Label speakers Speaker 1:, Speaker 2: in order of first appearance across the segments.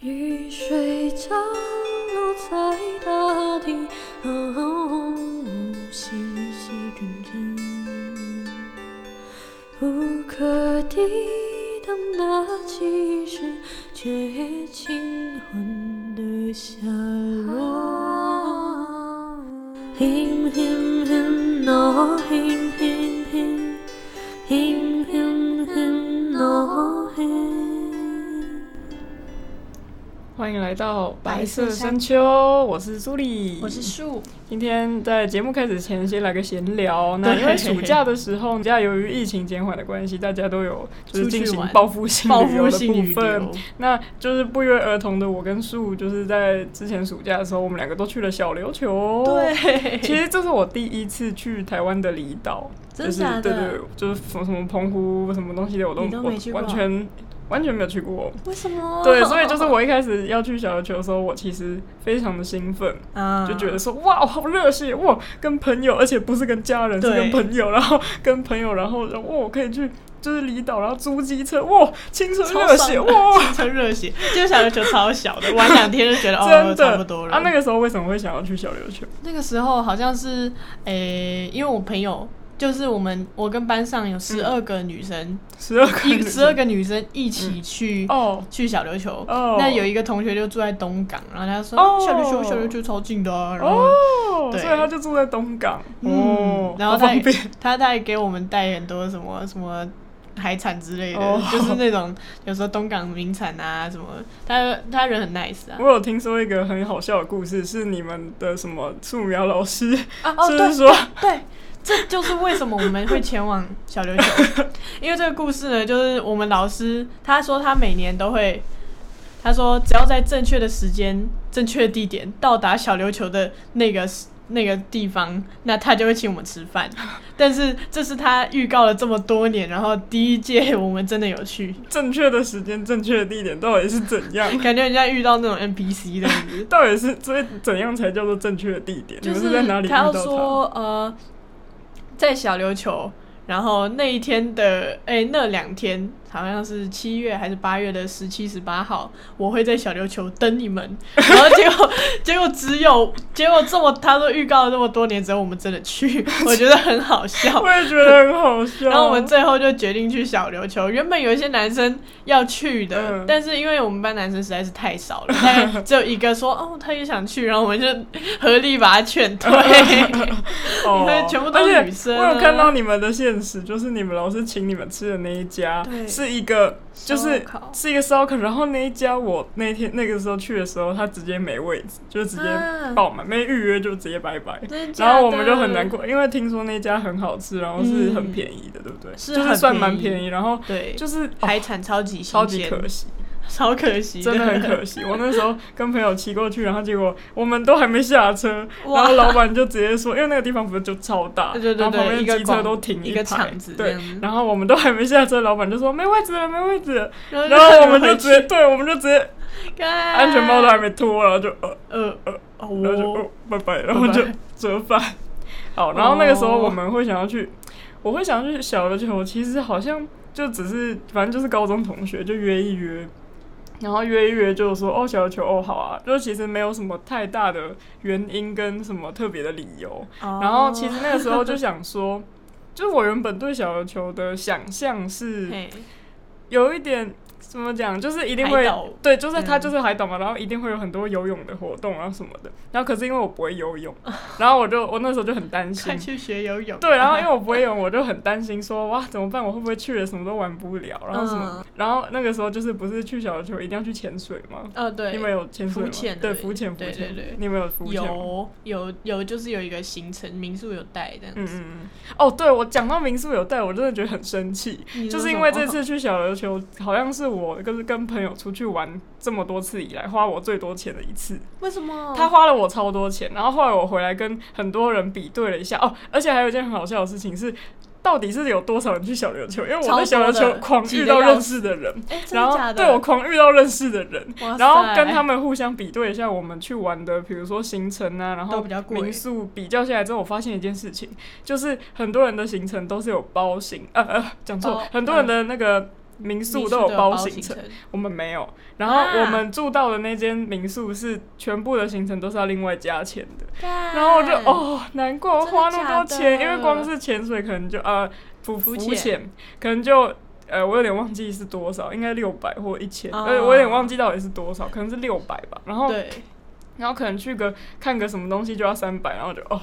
Speaker 1: 雨水降落在大地，哦，细细阵阵，无可抵挡那气势，却轻缓的下落。Him him him no him him him him him him no him。
Speaker 2: 欢迎来到白色
Speaker 3: 白色
Speaker 2: 山
Speaker 3: 山
Speaker 2: 丘，我是朱莉，
Speaker 3: 我是树，
Speaker 2: 今天在节目开始前先来个闲聊。那因为暑假的时候，假由于疫情减缓的关系，大家都有就是
Speaker 3: 出去
Speaker 2: 进行
Speaker 3: 玩
Speaker 2: 报复性
Speaker 3: 报
Speaker 2: 旅游
Speaker 3: 复
Speaker 2: 的
Speaker 3: 性
Speaker 2: 部
Speaker 3: 旅
Speaker 2: 分
Speaker 3: 游，，
Speaker 2: 那就是不约而同的，我跟树就是在之前暑假的时候，我们两个都去了小琉球。。
Speaker 3: 对，
Speaker 2: 其实这是我第一次去台湾的离岛，就
Speaker 3: 真的
Speaker 2: 是
Speaker 3: 假的
Speaker 2: 对对，就是什么什么澎湖什么东西的，我都
Speaker 3: 你都
Speaker 2: 我
Speaker 3: 没去过
Speaker 2: 完全完全没有去过。
Speaker 3: 为什 么？
Speaker 2: 对，所以就是我一开始要去小琉球的时候，我其实非常的兴奋，
Speaker 3: 啊
Speaker 2: 就觉得说哇，好热血哇！跟朋友，而且不是跟家人，是跟
Speaker 3: 对
Speaker 2: 朋友，然后跟朋友，然后然后哇，我可以去就是离岛，然后租机车，哇，青春
Speaker 3: 超
Speaker 2: 热血
Speaker 3: 爽
Speaker 2: 哇！
Speaker 3: 青春热血， 就小琉球超小的，玩两天就觉得哦
Speaker 2: 真
Speaker 3: 差不多
Speaker 2: 的
Speaker 3: 了。
Speaker 2: 啊，那个时候为什么会想要去小琉球？
Speaker 3: 那个时候好像是诶、因为我朋友就是我们我跟班上有十二个女生，
Speaker 2: 嗯十二个
Speaker 3: 一
Speaker 2: 女
Speaker 3: 十二
Speaker 2: 生
Speaker 3: 个女生一起去、
Speaker 2: 哦，
Speaker 3: 去小琉球。
Speaker 2: 哦
Speaker 3: 那有一个同学就住在东港，然后他说、
Speaker 2: 哦
Speaker 3: 小琉球小琉球超近的、啊，然后、
Speaker 2: 哦，所
Speaker 3: 对
Speaker 2: 以他就住在东港
Speaker 3: 嗯
Speaker 2: 哦，，
Speaker 3: 然后
Speaker 2: 好
Speaker 3: 他
Speaker 2: 方
Speaker 3: 也
Speaker 2: 便
Speaker 3: 他他也给我们带很多什么什么海产之类的，
Speaker 2: 哦
Speaker 3: 就是那种有时候东港名产啊什么，他他人很 nice 啊。
Speaker 2: 我有听说一个很好笑的故事，是你们的什么素描老师，
Speaker 3: 啊哦
Speaker 2: 就是
Speaker 3: 对
Speaker 2: 说
Speaker 3: 对，这就是为什么我们会前往小琉球， 因为这个故事呢，就是我们老师他说他每年都会。他说：“只要在正确的时间、正确的地点到达小琉球的那个那个地方，那他就会请我们吃饭。但是这是他预告了这么多年，然后第一届我们真的有去，
Speaker 2: 正确的时间、正确的地点到底是怎样？ 。
Speaker 3: 感觉人家遇到那种 NPC 的样子
Speaker 2: 到底是所以怎样才叫做正确的地点？
Speaker 3: 就
Speaker 2: 你们是在哪里遇
Speaker 3: 他
Speaker 2: 到
Speaker 3: 要
Speaker 2: 它？
Speaker 3: 说呃，在小琉球，然后那一天的哎、那两天好像是七月还是八月的十七、十八号，我会在小琉球等 你们。然后结果结果只有结果这么他都预告了这么多年，只有我们真 的去，我觉得很好笑
Speaker 2: 我。也觉得很好笑。
Speaker 3: 然后我们最后就决定去小琉球。原本有一些男生要去的，
Speaker 2: 嗯
Speaker 3: 但是因为我们班男生实在是太 少了，大概只有一个说哦他也想去，然后我们就合力把他 劝退。因为全部都
Speaker 2: 哦而
Speaker 3: 是
Speaker 2: 且
Speaker 3: 女生
Speaker 2: 我
Speaker 3: 啊
Speaker 2: 有看到你们的现实，就是你们老师请你们吃的那一家，
Speaker 3: 对
Speaker 2: 是一个就是
Speaker 3: 烧烤
Speaker 2: 是一个烧烤，然后那一家我那天那个时候去的时候，他直接没位置，就直接
Speaker 3: 啊
Speaker 2: 爆满，没预约就直接拜拜。
Speaker 3: 真的假的
Speaker 2: 然后我们就很难。过，因为听说那家很好吃，然后是很便宜的，对不对？
Speaker 3: 嗯是
Speaker 2: 就是
Speaker 3: 很
Speaker 2: 算蛮
Speaker 3: 便宜
Speaker 2: 便宜，然后
Speaker 3: 对，
Speaker 2: 就是是、哦
Speaker 3: 海产超级新
Speaker 2: 超级
Speaker 3: 鲜
Speaker 2: 可惜。
Speaker 3: 超可惜，
Speaker 2: 真的很可 惜。我那时候跟朋友骑过去，然后结果我们都还没下车，
Speaker 3: 哇
Speaker 2: 然后老板就直接说，因为那个地方不是就超大，
Speaker 3: 对对对
Speaker 2: 然后旁
Speaker 3: 对
Speaker 2: 边
Speaker 3: 一个
Speaker 2: 机车
Speaker 3: 广
Speaker 2: 都停
Speaker 3: 一
Speaker 2: 排
Speaker 3: 个场子这
Speaker 2: 对
Speaker 3: 样子，
Speaker 2: 然后我们都还没下车，老板就说没位置了，没位置 了，
Speaker 3: 然
Speaker 2: 然后我们就
Speaker 3: 回
Speaker 2: 直接，
Speaker 3: 去
Speaker 2: 对，我们就直接安全帽都还没脱，然后就呃，
Speaker 3: 呃呃哦
Speaker 2: 然后就
Speaker 3: 我
Speaker 2: 哦拜拜，然后就
Speaker 3: 拜拜
Speaker 2: 折返。好，然后那个时候
Speaker 3: 哦
Speaker 2: 我们会想要去，我会想要去小琉球，其实好像就只是反正就是高中同学就约一约。然后约一约就说哦小琉球哦好啊，就其实没有什么太大的原因跟什么特别的理由。哦然后其实那个时候就想说，就是我原本对小琉球的想象是
Speaker 3: 哦嘿
Speaker 2: 有一点怎么讲，就是一定
Speaker 3: 海
Speaker 2: 会
Speaker 3: 岛
Speaker 2: 对，就是它
Speaker 3: 嗯
Speaker 2: 就是海岛嘛，然后一定会有很多游泳的活动啊什么的。然后可是因为我不会游 泳，然后我就我那时候就很担
Speaker 3: 快
Speaker 2: 心。
Speaker 3: 去学游泳，
Speaker 2: 对，然后因为我不会游泳，我就很担心说哇怎么办？我会不会去了什么都玩不了？然后什么？
Speaker 3: 嗯
Speaker 2: 然后那个时候就是不是去小琉球一定要去潜水吗？
Speaker 3: 呃对，
Speaker 2: 你们有潜水吗
Speaker 3: 浮潜？
Speaker 2: 对，
Speaker 3: 而已
Speaker 2: 浮潜，浮
Speaker 3: 对对
Speaker 2: 潜
Speaker 3: 对，
Speaker 2: 你们有浮潜吗？
Speaker 3: 有有有，就是有一个行程，民宿有带这样
Speaker 2: 嗯
Speaker 3: 子。
Speaker 2: 嗯嗯，哦，对我讲到民宿有带，我真的觉得很生气嗯
Speaker 3: 你，
Speaker 2: 就
Speaker 3: 说
Speaker 2: 是因
Speaker 3: 什
Speaker 2: 为
Speaker 3: 么
Speaker 2: 这次去小琉球，好像是我就是跟朋友出去玩这么多次以来，花我最多钱的一次。
Speaker 3: 为什么
Speaker 2: 他花了我超多钱，然后后来我回来跟很多人比对了一下，哦，而且还有一件很好笑的事情是，到底是有多少人去小琉球？因为我在小琉
Speaker 3: 超多
Speaker 2: 球
Speaker 3: 的
Speaker 2: 狂
Speaker 3: 挤
Speaker 2: 遇
Speaker 3: 得
Speaker 2: 到
Speaker 3: 要
Speaker 2: 认识的人，
Speaker 3: 哎，真
Speaker 2: 然
Speaker 3: 的
Speaker 2: 后
Speaker 3: 假的？
Speaker 2: 对我狂遇到认识的人，
Speaker 3: 哇
Speaker 2: 然后跟
Speaker 3: 塞
Speaker 2: 他们互相比对一下我们去玩的，比如说行程啊，然后
Speaker 3: 都比较贵
Speaker 2: 民宿比较下来之后，我发现一件事情，就是很多人的行程都是有包行，呃呃，讲错，
Speaker 3: 哦嗯
Speaker 2: 很多人的那个。民
Speaker 3: 民
Speaker 2: 宿都有包
Speaker 3: 包
Speaker 2: 行程
Speaker 3: 程，，
Speaker 2: 我们没有。然
Speaker 3: 啊
Speaker 2: 后我们住到的那间民宿是全部的行程都是要另外加钱的。然
Speaker 3: 然
Speaker 2: 后我就，哦，难怪我花那么多
Speaker 3: 嗯真的
Speaker 2: 钱，
Speaker 3: 假的
Speaker 2: 因为光是潜水可能就呃浮
Speaker 3: 浮
Speaker 2: 浮
Speaker 3: 潜
Speaker 2: 潜可能就呃我有点忘记是多少，应该六百或一千、
Speaker 3: 哦
Speaker 2: 呃我有点忘记到底是多少，可能是六百吧。然后
Speaker 3: 对，
Speaker 2: 然后可能去个看个什么东西就要三百，然后就哦。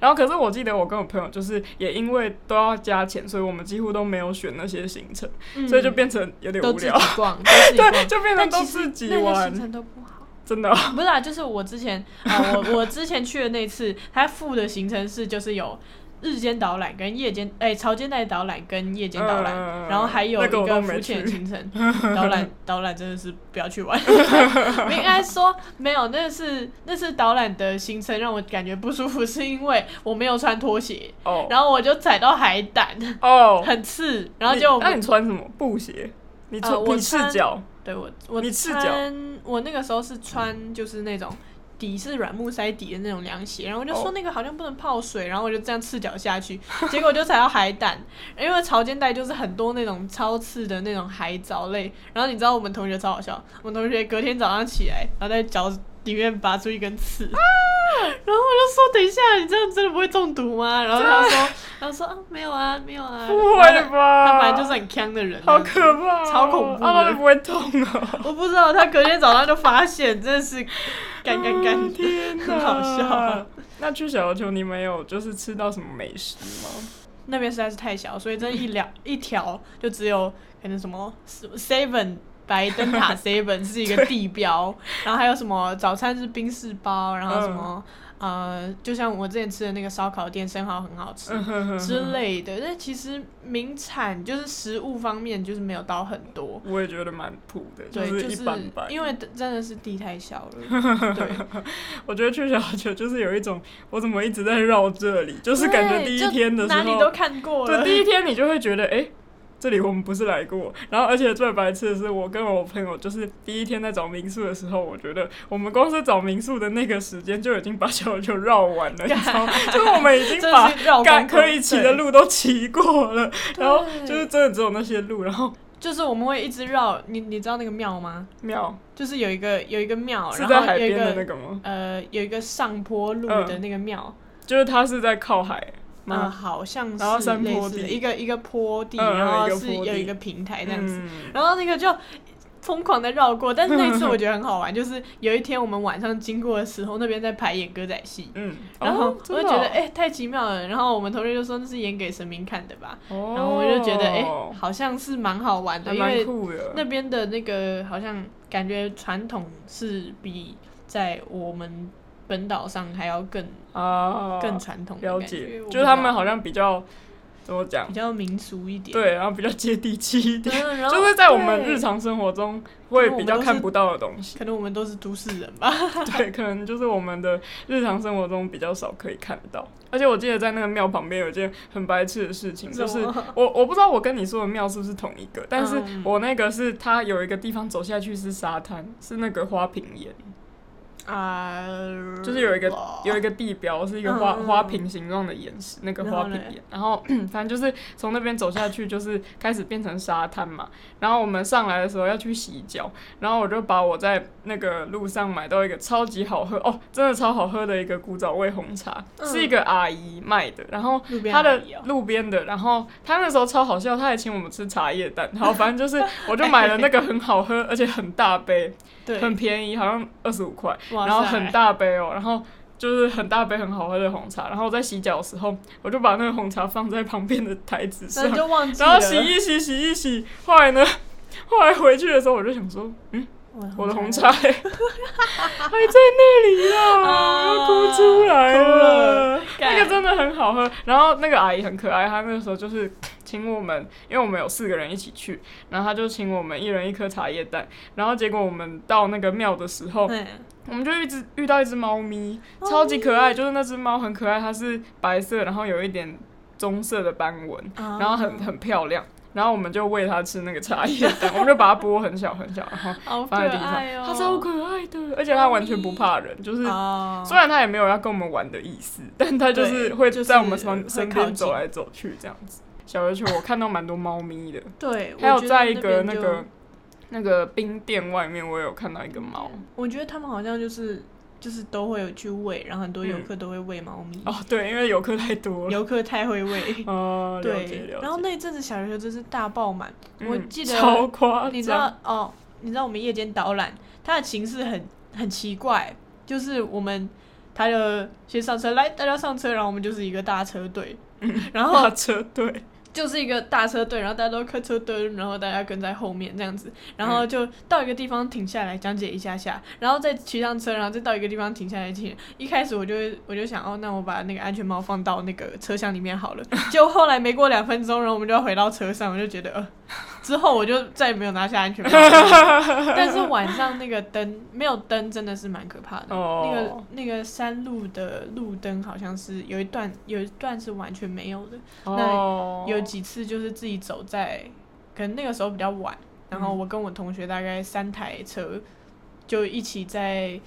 Speaker 2: 然后可是我记得我跟我朋友就是也因为都要加钱，所以我们几乎都没有选那些行程，所以就变成有点
Speaker 3: 嗯都
Speaker 2: 无
Speaker 3: 自己
Speaker 2: 聊。
Speaker 3: 逛，都自己 逛
Speaker 2: 对，就变成
Speaker 3: 但
Speaker 2: 都
Speaker 3: 其实
Speaker 2: 自己
Speaker 3: 那个
Speaker 2: 玩
Speaker 3: 行，程都不好。
Speaker 2: 真的哦、
Speaker 3: 不是啊，就是我之前啊、我我之前去的那次，它附的行程是就是有日间导览跟夜间，哎、潮间带导览跟夜间导览，
Speaker 2: 嗯
Speaker 3: 然后还有一
Speaker 2: 那个我都
Speaker 3: 个
Speaker 2: 没
Speaker 3: 浮潜
Speaker 2: 去
Speaker 3: 行程。 导览导览真的是不要去玩，我应该说没有，那是那次导览的行程让我感觉不舒服，是因为我没有穿拖鞋，
Speaker 2: 哦
Speaker 3: 然后我就踩到海胆，
Speaker 2: 哦，
Speaker 3: 很刺，然后
Speaker 2: 你
Speaker 3: 就
Speaker 2: 那你穿什么布鞋？你穿、
Speaker 3: 呃我
Speaker 2: 你赤
Speaker 3: 穿
Speaker 2: 脚
Speaker 3: 对我，我
Speaker 2: 你赤脚
Speaker 3: 穿我那个时候是穿就是那种底是软木塞底的那种凉鞋，然后我就说
Speaker 2: 哦
Speaker 3: 那个好像不能泡水，然后我就这样赤脚下去， 结果我就踩到海胆，因为潮间带就是很多那种超刺的那种海藻类，然后你知道我们同学超好笑，我们同学隔天早上起来，然后在脚里面拔出一根刺。
Speaker 2: 啊
Speaker 3: 然后我就说：“等一下，你这样真的不会中毒吗？”然后他说：“他说啊，没有啊，没有啊。”
Speaker 2: 不会吧？
Speaker 3: 他本来就是很呛的人，啊
Speaker 2: 好可怕哦、
Speaker 3: 超恐怖
Speaker 2: 啊，
Speaker 3: 的
Speaker 2: 那不会痛哦。
Speaker 3: 我不知道，他隔天早上就发现，真 的是干干
Speaker 2: 嗯
Speaker 3: 干。
Speaker 2: 天
Speaker 3: 很好笑
Speaker 2: 哪那去小琉球，你们有就是吃到什么美食吗？
Speaker 3: 那边实在是太小，所以真的一两一条就只有可能什么 seven 白灯 塔 seven 是一个地标，然后还有什么早餐是冰室包，然后什么、
Speaker 2: 嗯
Speaker 3: 呃，就像我之前吃的那个烧烤店生蚝很好吃。 之类的，但其实名产就是食物方面就是没有到很多，
Speaker 2: 我也觉得蛮普的，
Speaker 3: 对，
Speaker 2: 是
Speaker 3: 就
Speaker 2: 一
Speaker 3: 是
Speaker 2: 般般。
Speaker 3: 因为真的是地太小 了，对，
Speaker 2: 我觉得去小琉球就是有一种，我怎么一直在绕这里，就是感觉
Speaker 3: 对
Speaker 2: 第一
Speaker 3: 就
Speaker 2: 天的时候，
Speaker 3: 哪里都看过了
Speaker 2: 对，，第一天你就会觉得，哎、这里我们不是来过。然后，而且最白痴的是，我跟我朋友就是第一天在找民宿的时候，我觉得我们光是找民宿的那个时间就已经把小琉球绕完 了，你知道吗？就是我们已经
Speaker 3: 真
Speaker 2: 把
Speaker 3: 的是 哦绕
Speaker 2: 该
Speaker 3: 光
Speaker 2: 可以骑的，路都骑过了，
Speaker 3: 对
Speaker 2: 然后就是真的只有那些路，然后
Speaker 3: 就是我们会一直绕。你你知道那个庙吗？
Speaker 2: 庙
Speaker 3: 就是有一个有一个庙，
Speaker 2: 是
Speaker 3: 哦然
Speaker 2: 在海
Speaker 3: 后有一
Speaker 2: 边的那
Speaker 3: 个
Speaker 2: 个嗯吗？
Speaker 3: 呃有一个上坡路的那个庙，
Speaker 2: 就是它是在靠海
Speaker 3: 嗯、
Speaker 2: 吗？
Speaker 3: 好像是
Speaker 2: 然后山坡
Speaker 3: 类似的
Speaker 2: 地
Speaker 3: 一个一个坡地，
Speaker 2: 嗯
Speaker 3: 然
Speaker 2: 然后一
Speaker 3: 后
Speaker 2: 个
Speaker 3: 是
Speaker 2: 坡地
Speaker 3: 有一个平台这样子，
Speaker 2: 嗯
Speaker 3: 然后那个就。疯狂的绕过，但是那次我觉得很好玩，就是有一天我们晚上经过的时候，那边在排演歌仔戏，
Speaker 2: 嗯，
Speaker 3: 然后
Speaker 2: 哦
Speaker 3: 我就觉得，哎、太奇妙了，然后我们同学就说那是演给神明看的吧，
Speaker 2: 真的哦
Speaker 3: 然后我就觉得，哎、
Speaker 2: 哦
Speaker 3: 好像是蛮好玩的，
Speaker 2: 还
Speaker 3: 因
Speaker 2: 蛮
Speaker 3: 为
Speaker 2: 酷的。
Speaker 3: 那边的那个好像感觉传统是比在我们本岛上还要更、
Speaker 2: 啊，
Speaker 3: 更传统的
Speaker 2: 了
Speaker 3: 感觉，
Speaker 2: 解
Speaker 3: 我，不
Speaker 2: 就是他们
Speaker 3: 知道
Speaker 2: 好像比较怎么讲
Speaker 3: 比？较民俗一点，
Speaker 2: 对，然后比较接地气一
Speaker 3: 对，
Speaker 2: 点，
Speaker 3: 嗯然后
Speaker 2: 就是在我们
Speaker 3: 对
Speaker 2: 日常生活中会比较看不到的东西。
Speaker 3: 可能我们都是都市人 吧，
Speaker 2: 对，可能就是我们的日常生活中比较少可以看到。而且我记得在那个庙旁边有一件很白痴的事情，
Speaker 3: 什
Speaker 2: 就
Speaker 3: 么
Speaker 2: 是我我不知道我跟你说的庙是不是同一个，但是
Speaker 3: 嗯
Speaker 2: 我那个是它有一个地方走下去是沙滩，是那个花瓶岩。
Speaker 3: 啊、
Speaker 2: 就是有一个有一个地标是一个花、
Speaker 3: 嗯嗯嗯嗯
Speaker 2: 花瓶形状的岩石，那个
Speaker 3: 然
Speaker 2: 花
Speaker 3: 后
Speaker 2: 瓶
Speaker 3: 嘞
Speaker 2: 岩，然后反正就是从那边走下去，就是开始变成沙滩嘛。然后我们上来的时候要去洗脚，然后我就把我在那个路上买到一个超级好喝哦，真的超好喝的一个古早味红茶，
Speaker 3: 嗯
Speaker 2: 是一个阿姨卖的，然后
Speaker 3: 路边
Speaker 2: 他的
Speaker 3: 而已哦
Speaker 2: 路边的，然后他那时候超好笑，他还请我们吃茶叶蛋，然后反正就是我就买了那个很好喝，而且很大杯，
Speaker 3: 对，
Speaker 2: 很便宜，好像二十五块。
Speaker 3: 哇
Speaker 2: 然后
Speaker 3: 塞
Speaker 2: 很大杯哦，然后就是很大杯很好喝的红茶。然后我在洗脚的时候，我就把那个红茶放在旁边的台子上
Speaker 3: 那，就忘记
Speaker 2: 然后
Speaker 3: 了
Speaker 2: 洗一洗，洗一洗。后来呢，后来回去的时候，我就想说，嗯，我的红 茶、欸、还在那里啦，
Speaker 3: 啊
Speaker 2: 我要哭出来了。
Speaker 3: 哭了
Speaker 2: 那个真的很好喝。然后那个阿姨很可爱，她那个时候就是请我们，因为我们有四个人一起去，然后她就请我们一人一颗茶叶蛋。然后结果我们到那个庙的时候，
Speaker 3: 对，
Speaker 2: 我们就一直遇到一只猫咪，
Speaker 3: 哦
Speaker 2: 超级可爱，就是那只猫很可爱，它是白色，然后有一点棕色的斑纹，
Speaker 3: 然
Speaker 2: 然后很很漂亮。然后我们就喂它吃那个茶叶蛋， 我们就把它剥很小很小，然后
Speaker 3: 好可
Speaker 2: 放在地上，
Speaker 3: 爱哦，
Speaker 2: 它超可爱的，而且它完全不怕人，就是
Speaker 3: 啊，
Speaker 2: 虽然它 也没有要跟我们玩的意思，但它就是会
Speaker 3: 就是
Speaker 2: 在我们
Speaker 3: 会
Speaker 2: 身身
Speaker 3: 靠
Speaker 2: 边
Speaker 3: 近
Speaker 2: 走来走去这样子。小琉球，我看到蛮多猫咪的，
Speaker 3: 对，我
Speaker 2: 还有
Speaker 3: 觉得
Speaker 2: 在一个那
Speaker 3: 那边就
Speaker 2: 个那个冰店外面，我有看到一个猫。
Speaker 3: 我觉得他们好像就是就是都会有去喂，然后很多游客都会喂猫咪，
Speaker 2: 嗯哦，对，因为游客太多了。。
Speaker 3: 游客太会喂
Speaker 2: 哦，了解
Speaker 3: 对
Speaker 2: 了，解。
Speaker 3: 然后那一阵子小琉球真是大爆满，我
Speaker 2: 嗯
Speaker 3: 记得
Speaker 2: 超夸
Speaker 3: 你知
Speaker 2: 张，
Speaker 3: 道哦，你知道我们夜间导览它的形式很很奇怪，就是我们他就先上车，来大家上车，然后我们就是一个大车 队，然后
Speaker 2: 大车队，
Speaker 3: 就是一个大车队，然后大家都开车队，然后大家跟在后面这样子，然后就到一个地方停下来讲解一下下，然后再骑上车，然后再到一个地方停下来听。一开始我就会我就想，哦，那我把那个安全帽放到那个车厢里面好了。结果后来没过两分钟，然后我们就要回到车上，我就觉得，呃，之后我就再也没有拿下安全帽。但是晚上那个灯没有灯真的是蛮可怕的，
Speaker 2: 哦
Speaker 3: 那个那个山路的路灯好像是有一段有一段是完全没有的。
Speaker 2: 哦，
Speaker 3: 有几次就是自己走在，可能那个时候比较晚，然后
Speaker 2: 嗯
Speaker 3: 我跟我同学大概三台车，就一起在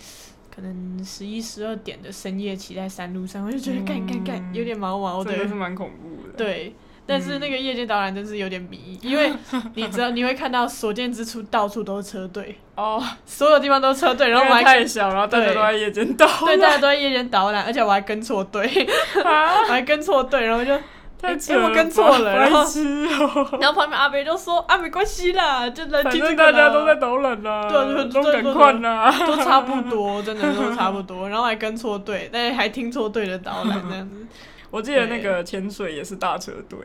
Speaker 3: 可能十一十二点的深夜骑在山路上，我就觉得干干干有点毛毛的
Speaker 2: 真，的是蛮恐怖的。，
Speaker 3: 对。但是那个夜间导览真是有点迷，因为你知道你会看到所见之处到处都是车队，
Speaker 2: 哦，
Speaker 3: 所有地方都是车队，
Speaker 2: 因
Speaker 3: 然后我
Speaker 2: 为
Speaker 3: 还
Speaker 2: 太小，然后大家
Speaker 3: 对
Speaker 2: 都在夜间到，
Speaker 3: 对大家都在夜间导览，而且我还跟错队，
Speaker 2: 啊，
Speaker 3: 我还跟错队，然后就
Speaker 2: 太
Speaker 3: 诶
Speaker 2: 扯了吧，
Speaker 3: 哎我跟错了然后
Speaker 2: 白痴哦，
Speaker 3: 然后旁边阿北就说啊，没关系啦，就来
Speaker 2: 反
Speaker 3: 听这
Speaker 2: 正大
Speaker 3: 个啦
Speaker 2: 家都在捣乱啦，
Speaker 3: 对啊对对
Speaker 2: 都
Speaker 3: 对
Speaker 2: 赶快啦，
Speaker 3: 都差不多，真的都差不多。然后还跟错队，但是还听错队的导览这样子。
Speaker 2: 我记得那个潜水也是大车队，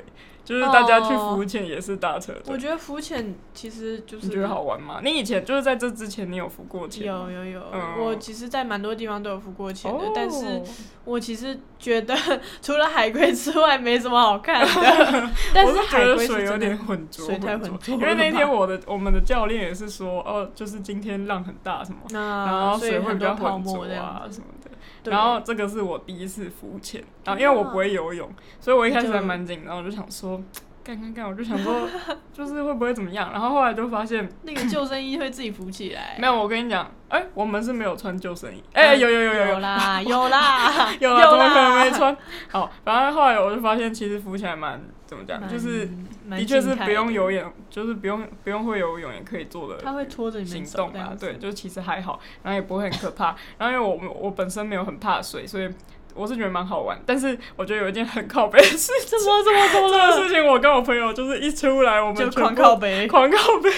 Speaker 2: 就是大家去
Speaker 3: 哦
Speaker 2: 浮潜也是大车队。
Speaker 3: 我觉得浮潜其实就是
Speaker 2: 你觉得好玩吗？你以前就是在这之前，你有浮过潜吗？
Speaker 3: 有有有，
Speaker 2: 嗯
Speaker 3: 我其实，在蛮多地方都有浮过潜的，
Speaker 2: 哦
Speaker 3: 但是我其实觉得 除了海龟之外，没什么好看 的。但
Speaker 2: 我
Speaker 3: 是
Speaker 2: 是觉
Speaker 3: 海
Speaker 2: 得
Speaker 3: 龟
Speaker 2: 水
Speaker 3: 是
Speaker 2: 有
Speaker 3: 真
Speaker 2: 点
Speaker 3: 的，
Speaker 2: 浑浊，
Speaker 3: 水太浑浊
Speaker 2: 因为
Speaker 3: 了
Speaker 2: 那
Speaker 3: 吧
Speaker 2: 天我的我们的教练也是说，哦，就是今天浪很大什么，然
Speaker 3: 那
Speaker 2: 后
Speaker 3: 啊所
Speaker 2: 水
Speaker 3: 以
Speaker 2: 会
Speaker 3: 很
Speaker 2: 比
Speaker 3: 多
Speaker 2: 较
Speaker 3: 泡
Speaker 2: 浑
Speaker 3: 沫
Speaker 2: 浊
Speaker 3: 这
Speaker 2: 啊
Speaker 3: 样子
Speaker 2: 什。么的。
Speaker 3: 对
Speaker 2: 然后这个是我第一次浮潜，然后因为
Speaker 3: 真的
Speaker 2: 我不会游泳，所以我一开始还
Speaker 3: 就
Speaker 2: 蛮紧张，我就想说，干干干，我就想说，就是会不会怎么样？然后后来就发现
Speaker 3: 那个救生衣会自己浮起来
Speaker 2: 没。有，我跟你讲，哎、我们是没有穿救生衣，哎、有有有有
Speaker 3: 嗯有
Speaker 2: 有。
Speaker 3: 啦，有啦，
Speaker 2: 有
Speaker 3: 有
Speaker 2: 啦，怎么可能
Speaker 3: 啦
Speaker 2: 没穿？好，反正后来我就发现，其实浮起来蛮怎么讲，
Speaker 3: 蛮
Speaker 2: 就是
Speaker 3: 蛮
Speaker 2: 的确
Speaker 3: 静
Speaker 2: 是
Speaker 3: 态
Speaker 2: 不用
Speaker 3: 的
Speaker 2: 游泳，就是不用不用会游泳也可以做的
Speaker 3: 它会拖着你
Speaker 2: 行
Speaker 3: 们走
Speaker 2: 动
Speaker 3: 这
Speaker 2: 啊
Speaker 3: 样，子
Speaker 2: 对，就其实还好，然后也不会很可怕。然后因为我们我本身没有很怕水，所以我是觉得蛮好玩。但是我觉得有一件很靠背的事情，
Speaker 3: 怎么怎么怎么
Speaker 2: 这个
Speaker 3: 了？
Speaker 2: 事情我跟我朋友就是一出来，我们
Speaker 3: 就
Speaker 2: 全
Speaker 3: 狂
Speaker 2: 部
Speaker 3: 靠北，
Speaker 2: 狂告背，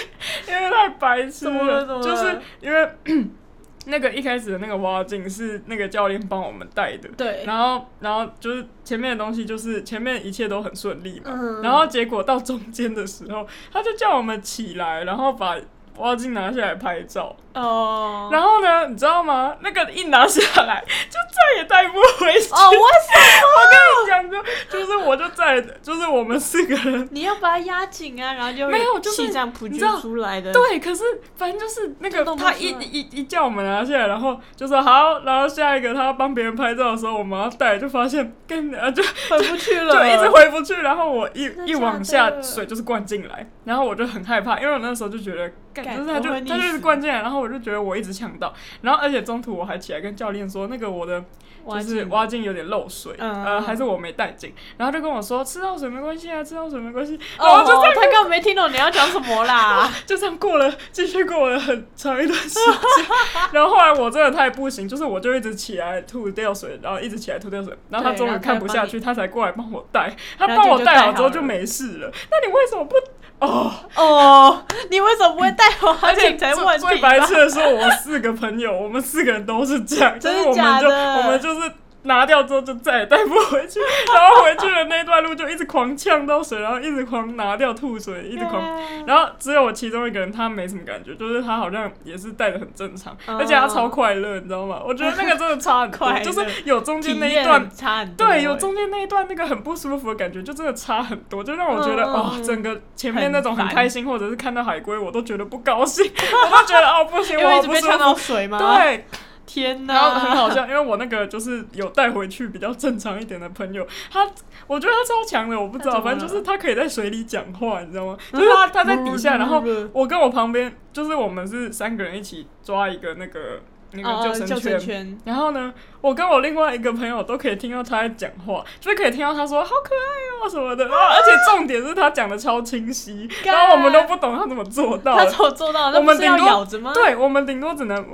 Speaker 2: 因为太白痴
Speaker 3: 怎么了怎么了
Speaker 2: 就是因为 那个一开始的那个蛙镜是那个教练帮我们带的，
Speaker 3: 对，
Speaker 2: 然后然后就是前面的东西就是前面一切都很顺利嘛，
Speaker 3: 嗯
Speaker 2: 然后结果到中间的时候，他就叫我们起来，然后把。蛙镜拿下来拍照，
Speaker 3: 哦，
Speaker 2: 然后呢，你知道吗？那个一拿下来，就再也带不回去。
Speaker 3: 哦，我
Speaker 2: 我跟你讲，就就是我就再也就是我们四个人
Speaker 3: 你要把它压紧啊，然后就
Speaker 2: 没有就是
Speaker 3: 气这样普
Speaker 2: 你
Speaker 3: 及
Speaker 2: 知道
Speaker 3: 出来的，，
Speaker 2: 对，可是反正就是那个
Speaker 3: 就弄不
Speaker 2: 他
Speaker 3: 出
Speaker 2: 一
Speaker 3: 来
Speaker 2: 一一叫我们拿下来，然后就说好，然后下一个他要帮别人拍照的时候，我们要带，就发现跟啊 就
Speaker 3: 回不去了，
Speaker 2: 就一直回不去，然后我一
Speaker 3: 真的
Speaker 2: 一往
Speaker 3: 假
Speaker 2: 下
Speaker 3: 的
Speaker 2: 水就是灌进来，然后我就很害怕，因为我那时候就觉得，干，
Speaker 3: 干
Speaker 2: 就是他就
Speaker 3: 我会溺
Speaker 2: 他就是
Speaker 3: 死
Speaker 2: 灌进来，然后我就觉得我一直呛到，然后而且中途我还起来跟教练说，那个我的
Speaker 3: 挖
Speaker 2: 就是
Speaker 3: 井
Speaker 2: 挖镜有点漏水，
Speaker 3: 嗯
Speaker 2: 呃还是我没带镜，然后就跟我说吃到水没关系啊，吃到水没关系，然后
Speaker 3: 哦
Speaker 2: 就这，样
Speaker 3: 他根本没听懂你要讲什么 啦，
Speaker 2: 就这样过了，继续过了很长一段时间。 然后后来我真的太不行，就是我就一直起来吐掉水，然后一直起来吐掉水，然后他
Speaker 3: 对
Speaker 2: 终于
Speaker 3: 然后他
Speaker 2: 看不
Speaker 3: 帮
Speaker 2: 下
Speaker 3: 你
Speaker 2: 去，他才过来帮我带。他
Speaker 3: 然
Speaker 2: 帮
Speaker 3: 后
Speaker 2: 我
Speaker 3: 就
Speaker 2: 带
Speaker 3: 带
Speaker 2: 好之后
Speaker 3: 好
Speaker 2: 就
Speaker 3: 了
Speaker 2: 没事了。那你为什么不？哦，
Speaker 3: 哦，你为什么不会带我而且才
Speaker 2: 最
Speaker 3: 问
Speaker 2: 最
Speaker 3: 题
Speaker 2: 白
Speaker 3: 吧？
Speaker 2: 痴的是，我四个朋友，我们四个人都是这样，就
Speaker 3: 真
Speaker 2: 是
Speaker 3: 的
Speaker 2: 我们
Speaker 3: 假
Speaker 2: 就
Speaker 3: 的
Speaker 2: 我们就是拿掉之后就再也带不回去，然后回去的那段路就一直狂呛到水，然后一直狂拿掉吐水，一直狂
Speaker 3: 啊
Speaker 2: 然后只有我其中一个人，他没什么感觉，就是他好像也是带的很正常，
Speaker 3: 哦
Speaker 2: 而且他超快乐，你知道吗？我觉得那个真的差很多，
Speaker 3: 快乐
Speaker 2: 就是有中间
Speaker 3: 体
Speaker 2: 那一
Speaker 3: 验
Speaker 2: 段
Speaker 3: 很，差很多，欸
Speaker 2: 对，有中间那一段那个很不舒服的感觉，就真的差很多，就让我觉得、
Speaker 3: 嗯
Speaker 2: 哦，
Speaker 3: 嗯
Speaker 2: 整个前面那种很
Speaker 3: 很烦
Speaker 2: 开心，或者是看到海龟，我都觉得不高兴， 我都觉得哦不行，
Speaker 3: 因
Speaker 2: 我
Speaker 3: 为一
Speaker 2: 好
Speaker 3: 直
Speaker 2: 不
Speaker 3: 被
Speaker 2: 舒服。
Speaker 3: 呛到水吗？，
Speaker 2: 对，
Speaker 3: 天哪，
Speaker 2: 然后很好笑，因为我那个就是有带回去比较正常一点的朋友，他我觉得他超强的，我不知道，
Speaker 3: 他怎么
Speaker 2: 反
Speaker 3: 了
Speaker 2: 正就是他可以在水里讲话，你知道吗？就是他他在底下，然后我跟我旁边就是我们是三个人一起抓一个那个。那
Speaker 3: 哦
Speaker 2: 个
Speaker 3: 哦
Speaker 2: 救生
Speaker 3: 救
Speaker 2: 圈。
Speaker 3: 生圈，
Speaker 2: 然后呢，我跟我另外一个朋友都可以听到他在讲话，就是可以听到他说“好可爱哦”什么的，然后而且重点是他讲的超清晰，
Speaker 3: 干
Speaker 2: 然后我们都不懂他怎么做到
Speaker 3: 他
Speaker 2: 的
Speaker 3: 怎。么做到？那
Speaker 2: 我
Speaker 3: 不
Speaker 2: 们
Speaker 3: 是要
Speaker 2: 顶多
Speaker 3: 咬着吗？
Speaker 2: 对我们顶多只能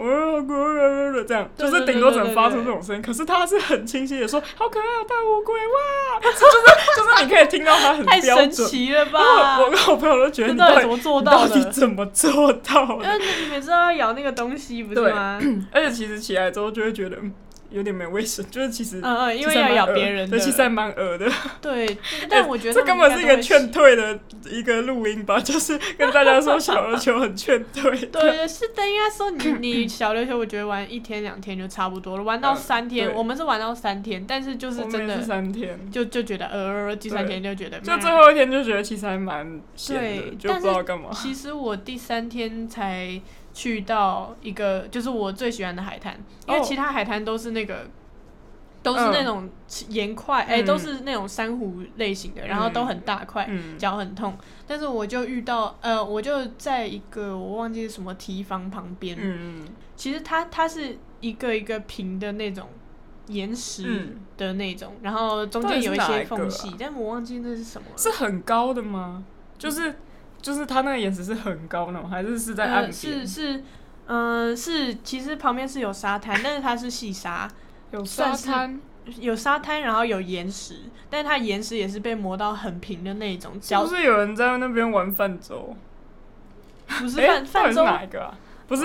Speaker 2: 呃这样，
Speaker 3: 对
Speaker 2: 就是
Speaker 3: 对
Speaker 2: 顶多
Speaker 3: 对
Speaker 2: 只能
Speaker 3: 对
Speaker 2: 发出
Speaker 3: 对
Speaker 2: 这种声音。可是他是很清晰的说“好可爱哦，大乌龟哇”， 就是就是你可以听到他很
Speaker 3: 太
Speaker 2: 标
Speaker 3: 神
Speaker 2: 准。
Speaker 3: 奇了
Speaker 2: 然
Speaker 3: 吧
Speaker 2: 后！我跟我朋友都觉得
Speaker 3: 这
Speaker 2: 你
Speaker 3: 到
Speaker 2: 到
Speaker 3: 底
Speaker 2: 底
Speaker 3: 怎么做
Speaker 2: 你
Speaker 3: 到
Speaker 2: 到底怎么做到
Speaker 3: 的？
Speaker 2: 的？
Speaker 3: 因为你每次都要咬那个东西，不是
Speaker 2: 对
Speaker 3: 吗？
Speaker 2: 而且其实起来之后就会觉得，嗯，有点没卫生，就是其实
Speaker 3: 嗯嗯，因
Speaker 2: 其
Speaker 3: 为
Speaker 2: 实还蛮
Speaker 3: 要咬
Speaker 2: 恶
Speaker 3: 别人的
Speaker 2: 对，，其实还蛮恶的。
Speaker 3: 对。但我觉得
Speaker 2: 哎这
Speaker 3: 他
Speaker 2: 根
Speaker 3: 们
Speaker 2: 本
Speaker 3: 应
Speaker 2: 是一
Speaker 3: 该都
Speaker 2: 个
Speaker 3: 会
Speaker 2: 劝退的一个录音吧，就是跟大家说小琉球很劝退的。
Speaker 3: 对啊对是的，应该说 你你小琉球，我觉得玩一天两天就差不多了，玩到
Speaker 2: 嗯
Speaker 3: 三天，
Speaker 2: 对
Speaker 3: 我们是玩到三天，但是就是
Speaker 2: 我们
Speaker 3: 真
Speaker 2: 也是
Speaker 3: 的
Speaker 2: 三天，
Speaker 3: 就就觉得呃，第三天就觉得
Speaker 2: 就
Speaker 3: 嗯
Speaker 2: 最后一天就觉得其实还蛮闲的，
Speaker 3: 对
Speaker 2: 就不知道干嘛。
Speaker 3: 嗯其实我第三天才去到一个，就是我最喜欢的海滩，因为
Speaker 2: 哦
Speaker 3: 其他海滩都是那个。都是
Speaker 2: 嗯
Speaker 3: 那种岩块，哎、
Speaker 2: 嗯
Speaker 3: 都是那种珊瑚类型的，然后都很大块，
Speaker 2: 嗯，
Speaker 3: 脚很痛。但是我就遇到，呃，我就在一个我忘记是什么堤防旁边，
Speaker 2: 嗯
Speaker 3: 其实它它是一个一个平的那种岩石
Speaker 2: 嗯，
Speaker 3: 的那种，然后中
Speaker 2: 到
Speaker 3: 间
Speaker 2: 底是
Speaker 3: 有一
Speaker 2: 哪
Speaker 3: 些
Speaker 2: 一个
Speaker 3: 缝
Speaker 2: 啊
Speaker 3: 隙，但我忘记那是什么了。
Speaker 2: 是很高的吗？就是就是它那个岩石是很高那种，还是是在岸
Speaker 3: 呃，
Speaker 2: 边？
Speaker 3: 是是，嗯，是，其实旁边是有沙滩，但是它是细沙，
Speaker 2: 有
Speaker 3: 算
Speaker 2: 沙
Speaker 3: 是
Speaker 2: 滩，
Speaker 3: 有沙滩，然后有岩石，但是它岩石也是被磨到很平的那一种，
Speaker 2: 是
Speaker 3: 脚
Speaker 2: 不是有人在那边玩泛舟？
Speaker 3: 不是
Speaker 2: 诶
Speaker 3: 泛
Speaker 2: 到
Speaker 3: 泛
Speaker 2: 底是
Speaker 3: 舟，
Speaker 2: 哪一个啊？不是，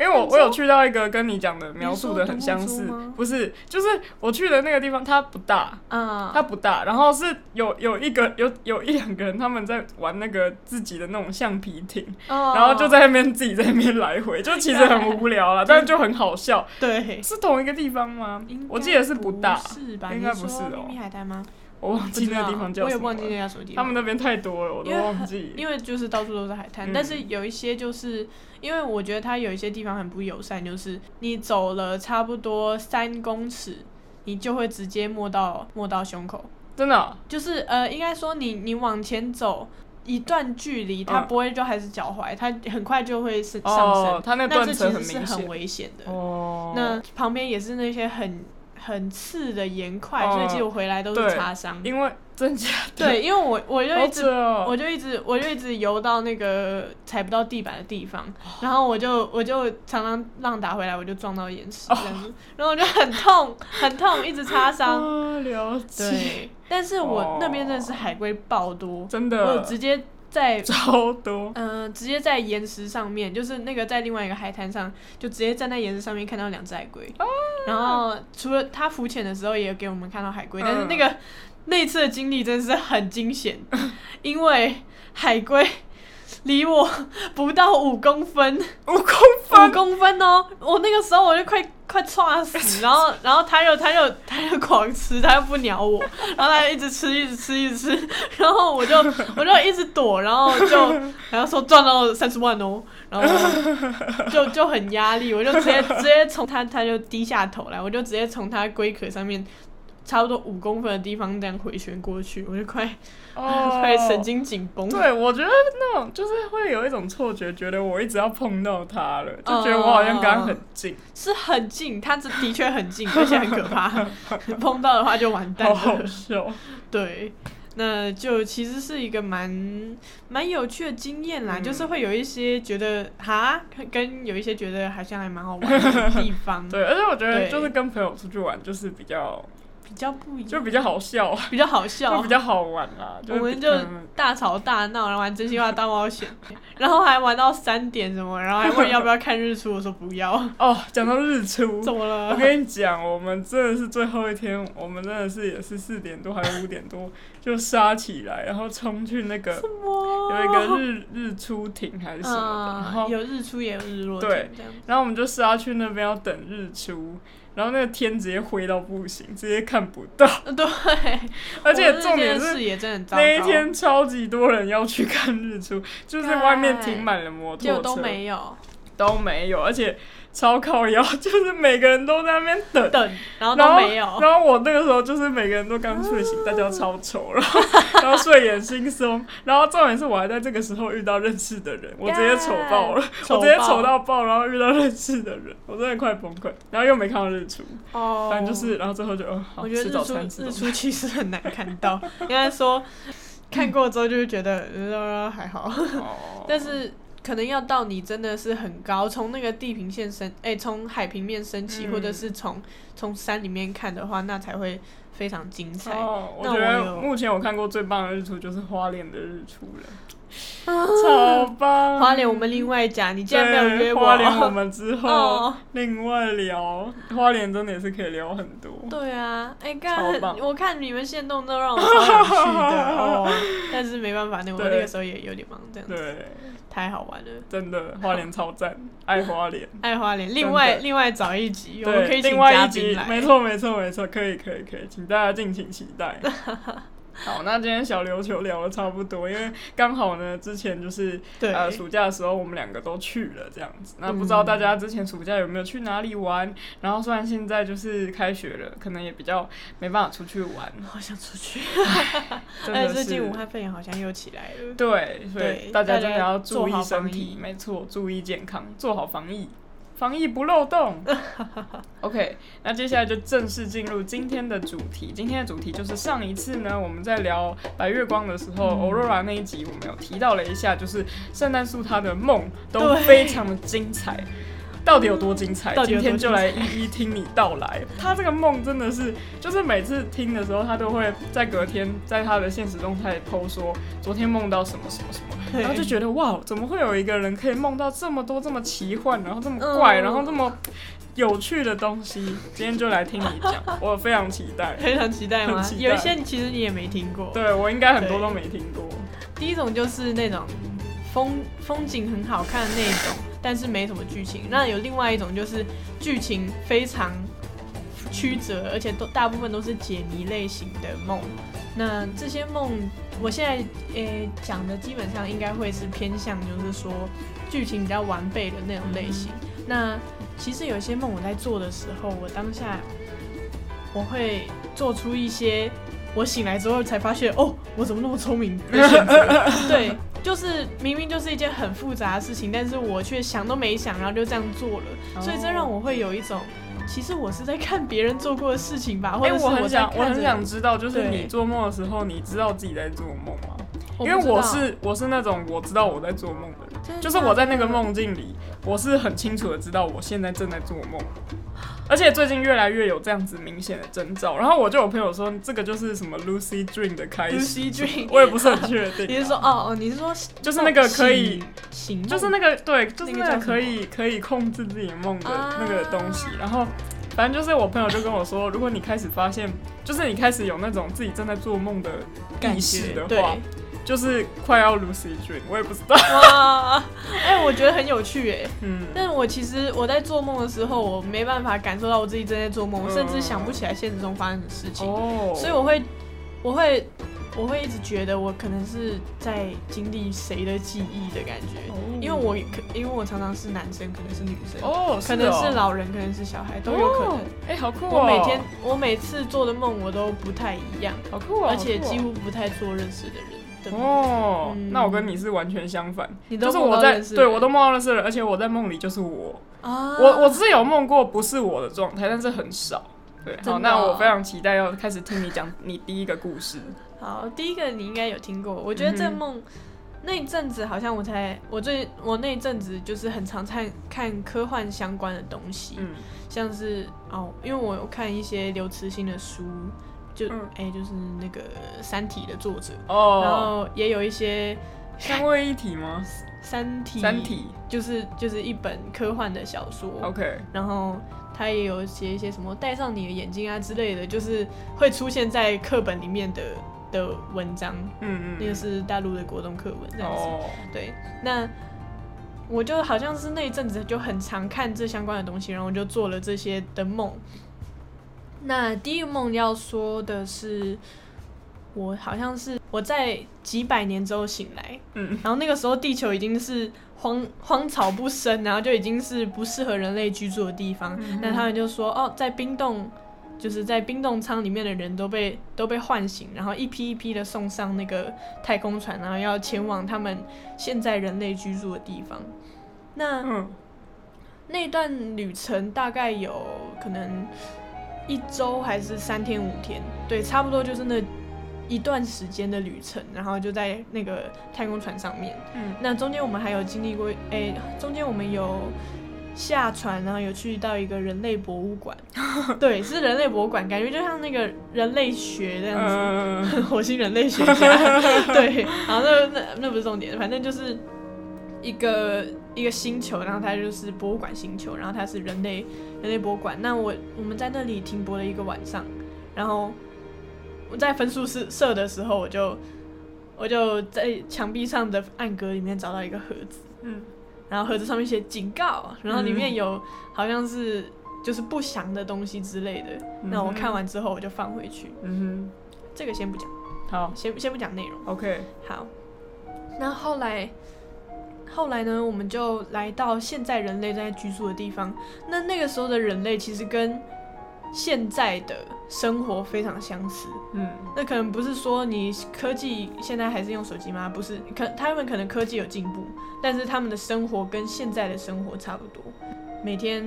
Speaker 2: 因为
Speaker 3: 泛
Speaker 2: 我
Speaker 3: 舟
Speaker 2: 我有去到一个跟你讲的描
Speaker 3: 你
Speaker 2: 述
Speaker 3: 说
Speaker 2: 的
Speaker 3: 独
Speaker 2: 很
Speaker 3: 木
Speaker 2: 相
Speaker 3: 舟
Speaker 2: 似
Speaker 3: 吗，
Speaker 2: 不是，就是我去的那个地方，它不大，
Speaker 3: 嗯，
Speaker 2: 它不大，然后是有有一个有有一两个人他们在玩那个自己的那种橡皮艇，然
Speaker 3: 然
Speaker 2: 后就在那边自己在那边来回，就其实很无聊啦，但是就很好笑。
Speaker 3: 哦对，
Speaker 2: 是同一个地方吗
Speaker 3: 应？
Speaker 2: 我
Speaker 3: 该
Speaker 2: 记得是不大，
Speaker 3: 是吧？
Speaker 2: 应
Speaker 3: 你
Speaker 2: 该不
Speaker 3: 说
Speaker 2: 是哦
Speaker 3: 秘密海滩吗？
Speaker 2: 我忘记
Speaker 3: 不知
Speaker 2: 那个
Speaker 3: 道
Speaker 2: 地方叫
Speaker 3: 我也
Speaker 2: 什么
Speaker 3: 忘记那
Speaker 2: 了。
Speaker 3: 叫什么地
Speaker 2: 他
Speaker 3: 方
Speaker 2: 们。那边太多了，我都
Speaker 3: 因为
Speaker 2: 忘
Speaker 3: 很
Speaker 2: 记。
Speaker 3: 因为就是到处都是海滩，
Speaker 2: 嗯
Speaker 3: 但是有一些就是因为我觉得它有一些地方很不友善，就是你走了差不多三公尺，你就会直接摸到摸到胸口，
Speaker 2: 真的啊
Speaker 3: 就是呃，应该说你你往前走一段距离，它
Speaker 2: 嗯
Speaker 3: 不会就还是脚踝，它很快就会是上升，
Speaker 2: 哦，他那
Speaker 3: 那
Speaker 2: 断
Speaker 3: 这
Speaker 2: 层
Speaker 3: 其
Speaker 2: 很
Speaker 3: 实是
Speaker 2: 明
Speaker 3: 很
Speaker 2: 显。
Speaker 3: 危险的。
Speaker 2: 哦，
Speaker 3: 那旁边也是那些很很刺的岩块，
Speaker 2: 哦
Speaker 3: 所以其实我回来都是
Speaker 2: 对
Speaker 3: 擦伤。
Speaker 2: 因为真假的
Speaker 3: 对，因为我我就
Speaker 2: 好
Speaker 3: 一直
Speaker 2: 扯哦
Speaker 3: 我就一直我就一直游到那个踩不到地板的地方，
Speaker 2: 哦
Speaker 3: 然后我就我就常常浪打回来，我就撞到岩
Speaker 2: 哦
Speaker 3: 石这样子，然后我就 很痛很痛，一直擦伤。
Speaker 2: 啊，了解，
Speaker 3: 对，但是我
Speaker 2: 哦
Speaker 3: 那边真的是海龟爆多，
Speaker 2: 真
Speaker 3: 我有
Speaker 2: 的
Speaker 3: 直接在
Speaker 2: 超多，
Speaker 3: 嗯、直接在岩石上面，就是那个在另外一个海滩上，就直接站在岩石上面看到两只海龟。然后除了他浮潜的时候也给我们看到海龟，但是
Speaker 2: 嗯
Speaker 3: 那个那一次的经历真的是很惊险，因为海龟离我不到五公分，
Speaker 2: 五公
Speaker 3: 五
Speaker 2: 分，
Speaker 3: 公分哦！我那个时候我就快快猝死，然后然后他又他又他又狂吃，他又不鸟我，然后他就一直吃一直吃一直吃，然后我就我就一直躲，然后就然后说赚到三十万哦，然后我就就很压力，我就直接直接从他他就低下头来，我就直接从他龟壳上面。差不多五公分的地方，这样回旋过去，我就快、
Speaker 2: 哦
Speaker 3: 快神。经紧绷。
Speaker 2: 对，我觉得那种就是会有一种错觉，觉得我一直要碰到它了，就觉得我好像跟它很近，
Speaker 3: 是很近，它这的确很近，而 且很可 怕，碰到的话就完蛋
Speaker 2: 好好
Speaker 3: 了。
Speaker 2: 笑。
Speaker 3: 对，那就其实是一个蛮蛮有趣的经验啦，
Speaker 2: 嗯
Speaker 3: 就是会有一些觉得哈，跟有一些觉得好像还蛮好 玩的地 方，
Speaker 2: 对，而且我觉
Speaker 3: 对
Speaker 2: 得就是跟朋友出去玩，就是比较
Speaker 3: 比较不一样，
Speaker 2: 就比较好笑，
Speaker 3: 比较好笑
Speaker 2: 就比。较好玩啦。
Speaker 3: 我
Speaker 2: 是
Speaker 3: 们
Speaker 2: 比
Speaker 3: 就
Speaker 2: 嗯
Speaker 3: 大吵大闹，然后玩真心话大冒险，然后还玩到三点什么，然后还问要不要看日出，我说不 要，
Speaker 2: 哦，讲到日 出，
Speaker 3: 怎么了？
Speaker 2: 我跟你讲，我们真的是最后一天，我们真的是也是四点多还是五点多就杀起来，然后冲去那个
Speaker 3: 什么？
Speaker 2: 有一个日日出亭还是什么的，然
Speaker 3: 啊，
Speaker 2: 后
Speaker 3: 有日出也有日落，
Speaker 2: 对，
Speaker 3: 这样
Speaker 2: 然后我们就杀去那边要等日出，然后那个天直接灰到不行，直接看不到，
Speaker 3: 对，
Speaker 2: 而且
Speaker 3: 我
Speaker 2: 重点
Speaker 3: 那天的
Speaker 2: 是
Speaker 3: 视野真的很糟糕，
Speaker 2: 那一天超级多人要去 看日出，就是外面停满了摩
Speaker 3: 结
Speaker 2: 托
Speaker 3: 果
Speaker 2: 车，
Speaker 3: 都没有，
Speaker 2: 都没有，而且超靠腰， 就是每个人都在那边等。
Speaker 3: 等，然后
Speaker 2: 然
Speaker 3: 哦都
Speaker 2: 后
Speaker 3: 没有，啊
Speaker 2: 然后我那个时候就是每个人都刚睡醒，大家超丑，然后 然后睡眼惺忪，然后重点是我还在这个时候遇到认识的人，我直接丑爆了，
Speaker 3: 干
Speaker 2: 我直接
Speaker 3: 丑
Speaker 2: 丑
Speaker 3: 爆
Speaker 2: 到爆，然后遇到认识的人，我真的快崩溃，然后又没看到日出，
Speaker 3: 哦
Speaker 2: 反正就是，然后最后就哦，好
Speaker 3: 我觉得
Speaker 2: 吃
Speaker 3: 日
Speaker 2: 早
Speaker 3: 出
Speaker 2: 餐吃
Speaker 3: 日
Speaker 2: 早餐
Speaker 3: 出其实很难看 到，应该说看过之后就是觉得呃 还好，
Speaker 2: 哦
Speaker 3: 但是可能要到你真的是很高，从那个地平线升，哎、从海平面升起，
Speaker 2: 嗯
Speaker 3: 或者是从从山里面看的话，那才会非常精彩。
Speaker 2: 哦，我
Speaker 3: 那
Speaker 2: 觉
Speaker 3: 我
Speaker 2: 得
Speaker 3: 有
Speaker 2: 目前我看过最棒的日出就是花莲的日出了，超棒！
Speaker 3: 啊花莲我们另外讲，你竟然没有
Speaker 2: 对
Speaker 3: 约我，
Speaker 2: 花莲我们之后
Speaker 3: 哦
Speaker 2: 另外聊，花莲真的也是可以聊很多。
Speaker 3: 对啊， 哎、刚
Speaker 2: 超棒
Speaker 3: 我看你们线动都让我超想去的 哦，但是没办法，那我
Speaker 2: 对
Speaker 3: 那个时候也有点忙，这样子
Speaker 2: 对，
Speaker 3: 太好玩了。
Speaker 2: 真的花莲超 赞，爱花莲。
Speaker 3: 爱花莲，
Speaker 2: 真
Speaker 3: 另
Speaker 2: 的
Speaker 3: 外另外找一集，我们可
Speaker 2: 对，
Speaker 3: 以请
Speaker 2: 另外
Speaker 3: 嘉
Speaker 2: 一
Speaker 3: 宾
Speaker 2: 集
Speaker 3: 来，，
Speaker 2: 没错没错没错，可以可以可以，请大家敬请期 待。好，那今天小琉球聊的差不多，因为刚好呢，之前就是
Speaker 3: 对，嗯
Speaker 2: 呃，暑假的时候我们两个都去了这样子。那不知道大家之前暑假有没有去哪里玩？然后虽然现在就是开学了，可能也比较没办法出去玩。
Speaker 3: 好想出去。
Speaker 2: 真
Speaker 3: 哎，
Speaker 2: 的
Speaker 3: 最
Speaker 2: 是
Speaker 3: 近武汉肺炎好像又起来了。
Speaker 2: 对，所以
Speaker 3: 对
Speaker 2: 大家
Speaker 3: 大
Speaker 2: 真的
Speaker 3: 家
Speaker 2: 要
Speaker 3: 做
Speaker 2: 注意
Speaker 3: 好
Speaker 2: 身
Speaker 3: 防
Speaker 2: 体
Speaker 3: 疫，
Speaker 2: 没错，注意健康，做好防疫，防疫不漏 洞。OK，那接下来就正式进入今天的主题。今天的主题就是上一次呢，我们在聊白月光的时候，Aurora
Speaker 3: 嗯
Speaker 2: 那一集我们有提到了一下，就是圣诞树它的梦都
Speaker 3: 对
Speaker 2: 非常的精彩。到底有多精彩？
Speaker 3: 到底
Speaker 2: 今
Speaker 3: 有多
Speaker 2: 天就
Speaker 3: 精
Speaker 2: 来一一听你道来。他这个梦真的是，就是每次听的时候，他都会在隔天在他的现实中开始偷说昨天梦到什么什么什么，
Speaker 3: 对
Speaker 2: 然后就觉得哇，怎么会有一个人可以梦到这么多这么奇幻，然后这么怪，
Speaker 3: 嗯
Speaker 2: 然后这么有趣的东西？今天就来听你 讲，我非常期待。
Speaker 3: 非常期待吗
Speaker 2: 很？期待
Speaker 3: 有一些其实你也没听过。
Speaker 2: 对我应该很多
Speaker 3: 对
Speaker 2: 都没听过，
Speaker 3: 第一种就是那种风风景很好看的那种，但是没什么剧情。那有另外一种就是剧情非常曲折，而且都大部分都是解谜类型的梦。那这些梦，我现在诶讲、的基本上应该会是偏向就是说剧情比较完备的那种类型。那其实有些梦我在做的时候，我当下我会做出一些我醒来之后才发现，哦，我怎么那么聪明的选择？对，就是明明就是一件很复杂的事情，但是我却想都没想，然后就这样做
Speaker 2: 哦
Speaker 3: 了，哦所以这让我会有一种。其实我是在看别人做过的事情吧，或
Speaker 2: 哎、
Speaker 3: 者是
Speaker 2: 我很
Speaker 3: 在
Speaker 2: 想，
Speaker 3: 看
Speaker 2: 我很
Speaker 3: 着
Speaker 2: 想知道，就是
Speaker 3: 对
Speaker 2: 你做梦的时候，你知道自己在做梦吗？
Speaker 3: 不
Speaker 2: 因为我
Speaker 3: 知道
Speaker 2: 是我是那种我知道我在做梦的
Speaker 3: 真
Speaker 2: 人，
Speaker 3: 的
Speaker 2: 就是我在那个梦境里，我是很清楚的知道我现在正在做梦，而且最近越来越有这样子明显的征兆。然后我就有朋友说，这个就是什么 Lucy Dream 的开始，
Speaker 3: Lucy Dream，
Speaker 2: 我也不是很确定。啊
Speaker 3: 你是说哦哦，你是说
Speaker 2: 就是那个可以
Speaker 3: 行，醒
Speaker 2: 就是
Speaker 3: 梦
Speaker 2: 那个对，就是
Speaker 3: 那个
Speaker 2: 那个
Speaker 3: 叫什么
Speaker 2: 可以可以控制自己梦的
Speaker 3: 啊
Speaker 2: 那个东西。然后，反正就是我朋友就跟我说，如果你开始发现，就是你开始有那种自己正在做梦的意识的
Speaker 3: 对
Speaker 2: 话，就是快要 Lucy Dream，我也不知 道。
Speaker 3: 哇，哎、我觉得很有趣哎。
Speaker 2: 嗯，
Speaker 3: 但我其实我在做梦的时候，我没办法感受到我自己正在做梦，我甚至想不起来现实中发生的事情，
Speaker 2: 哦，
Speaker 3: 所以我会，我会，我会一直觉得我可能是在经历谁的记忆的感觉，因为我可因为我常常是男生，可能是女生，
Speaker 2: 哦，
Speaker 3: 可能是老人，可能是小孩，都有可能
Speaker 2: 哦。哎、好酷哦！
Speaker 3: 我每天我每次做的梦我都不太一样，
Speaker 2: 好酷哦，
Speaker 3: 而且
Speaker 2: 好酷哦
Speaker 3: 几乎不太做认识的人的梦，
Speaker 2: 哦，
Speaker 3: 嗯
Speaker 2: 那我跟你是完全相反，
Speaker 3: 你都
Speaker 2: 就是
Speaker 3: 梦
Speaker 2: 我
Speaker 3: 到
Speaker 2: 在
Speaker 3: 认识的
Speaker 2: 对
Speaker 3: 人
Speaker 2: 我都梦到认识的人，而且我在梦里就是我，
Speaker 3: 啊
Speaker 2: 我我是有梦过不是我的状态，但是很少。对，
Speaker 3: 真的
Speaker 2: 好，
Speaker 3: 哦
Speaker 2: 那我非常期待要开始听你讲你第一个故事。
Speaker 3: 好，第一个你应该有听过，我觉得这
Speaker 2: 嗯哼
Speaker 3: 梦、那一阵子好像我才我最我那一阵子就是很常看看科幻相关的东西，
Speaker 2: 嗯，
Speaker 3: 像是哦，因为我有看一些刘慈欣的书，就哎、
Speaker 2: 嗯
Speaker 3: 就是那个《三体》的作者，然
Speaker 2: 哦，
Speaker 3: 后也有一些 《
Speaker 2: 三位一体 吗？
Speaker 3: 三体》
Speaker 2: 三体
Speaker 3: 就是就是一本科幻的小说。
Speaker 2: ，OK，
Speaker 3: 然后他也有写一些什么戴上你的眼睛啊之类的，就是会出现在课本里面的的文章，
Speaker 2: 嗯嗯，
Speaker 3: 那个是大陆的国中课文这样子。
Speaker 2: 哦，
Speaker 3: 对，那我就好像是那一阵子就很常看这相关的东西，然后我就做了这些的梦。那第一个梦要说的是，我好像是我在几百年之后醒来，
Speaker 2: 嗯，
Speaker 3: 然后那个时候地球已经是荒荒草不生，然后就已经是不适合人类居住的地方。
Speaker 2: 嗯
Speaker 3: 那他们就说，哦，在冰冻，就是在冰冻舱里面的人都被都被唤醒，然后一批一批的送上那个太空船，然后要前往他们现在人类居住的地方。那
Speaker 2: 嗯
Speaker 3: 那段旅程大概有可能一周还是三天五天，对，差不多就是那一段时间的旅程，然后就在那个太空船上面。
Speaker 2: 嗯
Speaker 3: 那中间我们还有经历过，诶，中间我们有下船，然后有去到一个人类博物馆，对，是人类博物馆，感觉就像那个人类学这样子。
Speaker 2: 嗯
Speaker 3: 火星人类学家，对，然后那那那不是重点，反正就是一个一个星球，然后它就是博物馆星球，然后它是人类人类博物馆。那我我们在那里停泊了一个晚上，然后我在分数社社的时候，我就我就在墙壁上的暗格里面找到一个盒子，
Speaker 2: 嗯
Speaker 3: 然后盒子上面写警告，然后里面
Speaker 2: 嗯
Speaker 3: 有好像是就是不祥的东西之类的。那我看完之后我就放回去，
Speaker 2: 嗯
Speaker 3: 这个先不讲。
Speaker 2: 哼，好
Speaker 3: 先先不讲内容，
Speaker 2: ，OK，
Speaker 3: 好。那后来，后来呢，我们就来到现在人类在居住的地方。那那个时候的人类其实跟现在的生活非常相似。
Speaker 2: 嗯
Speaker 3: 那可能不是说你科技现在还是用手机吗？不是，可他们可能科技有进步，但是他们的生活跟现在的生活差不多，每天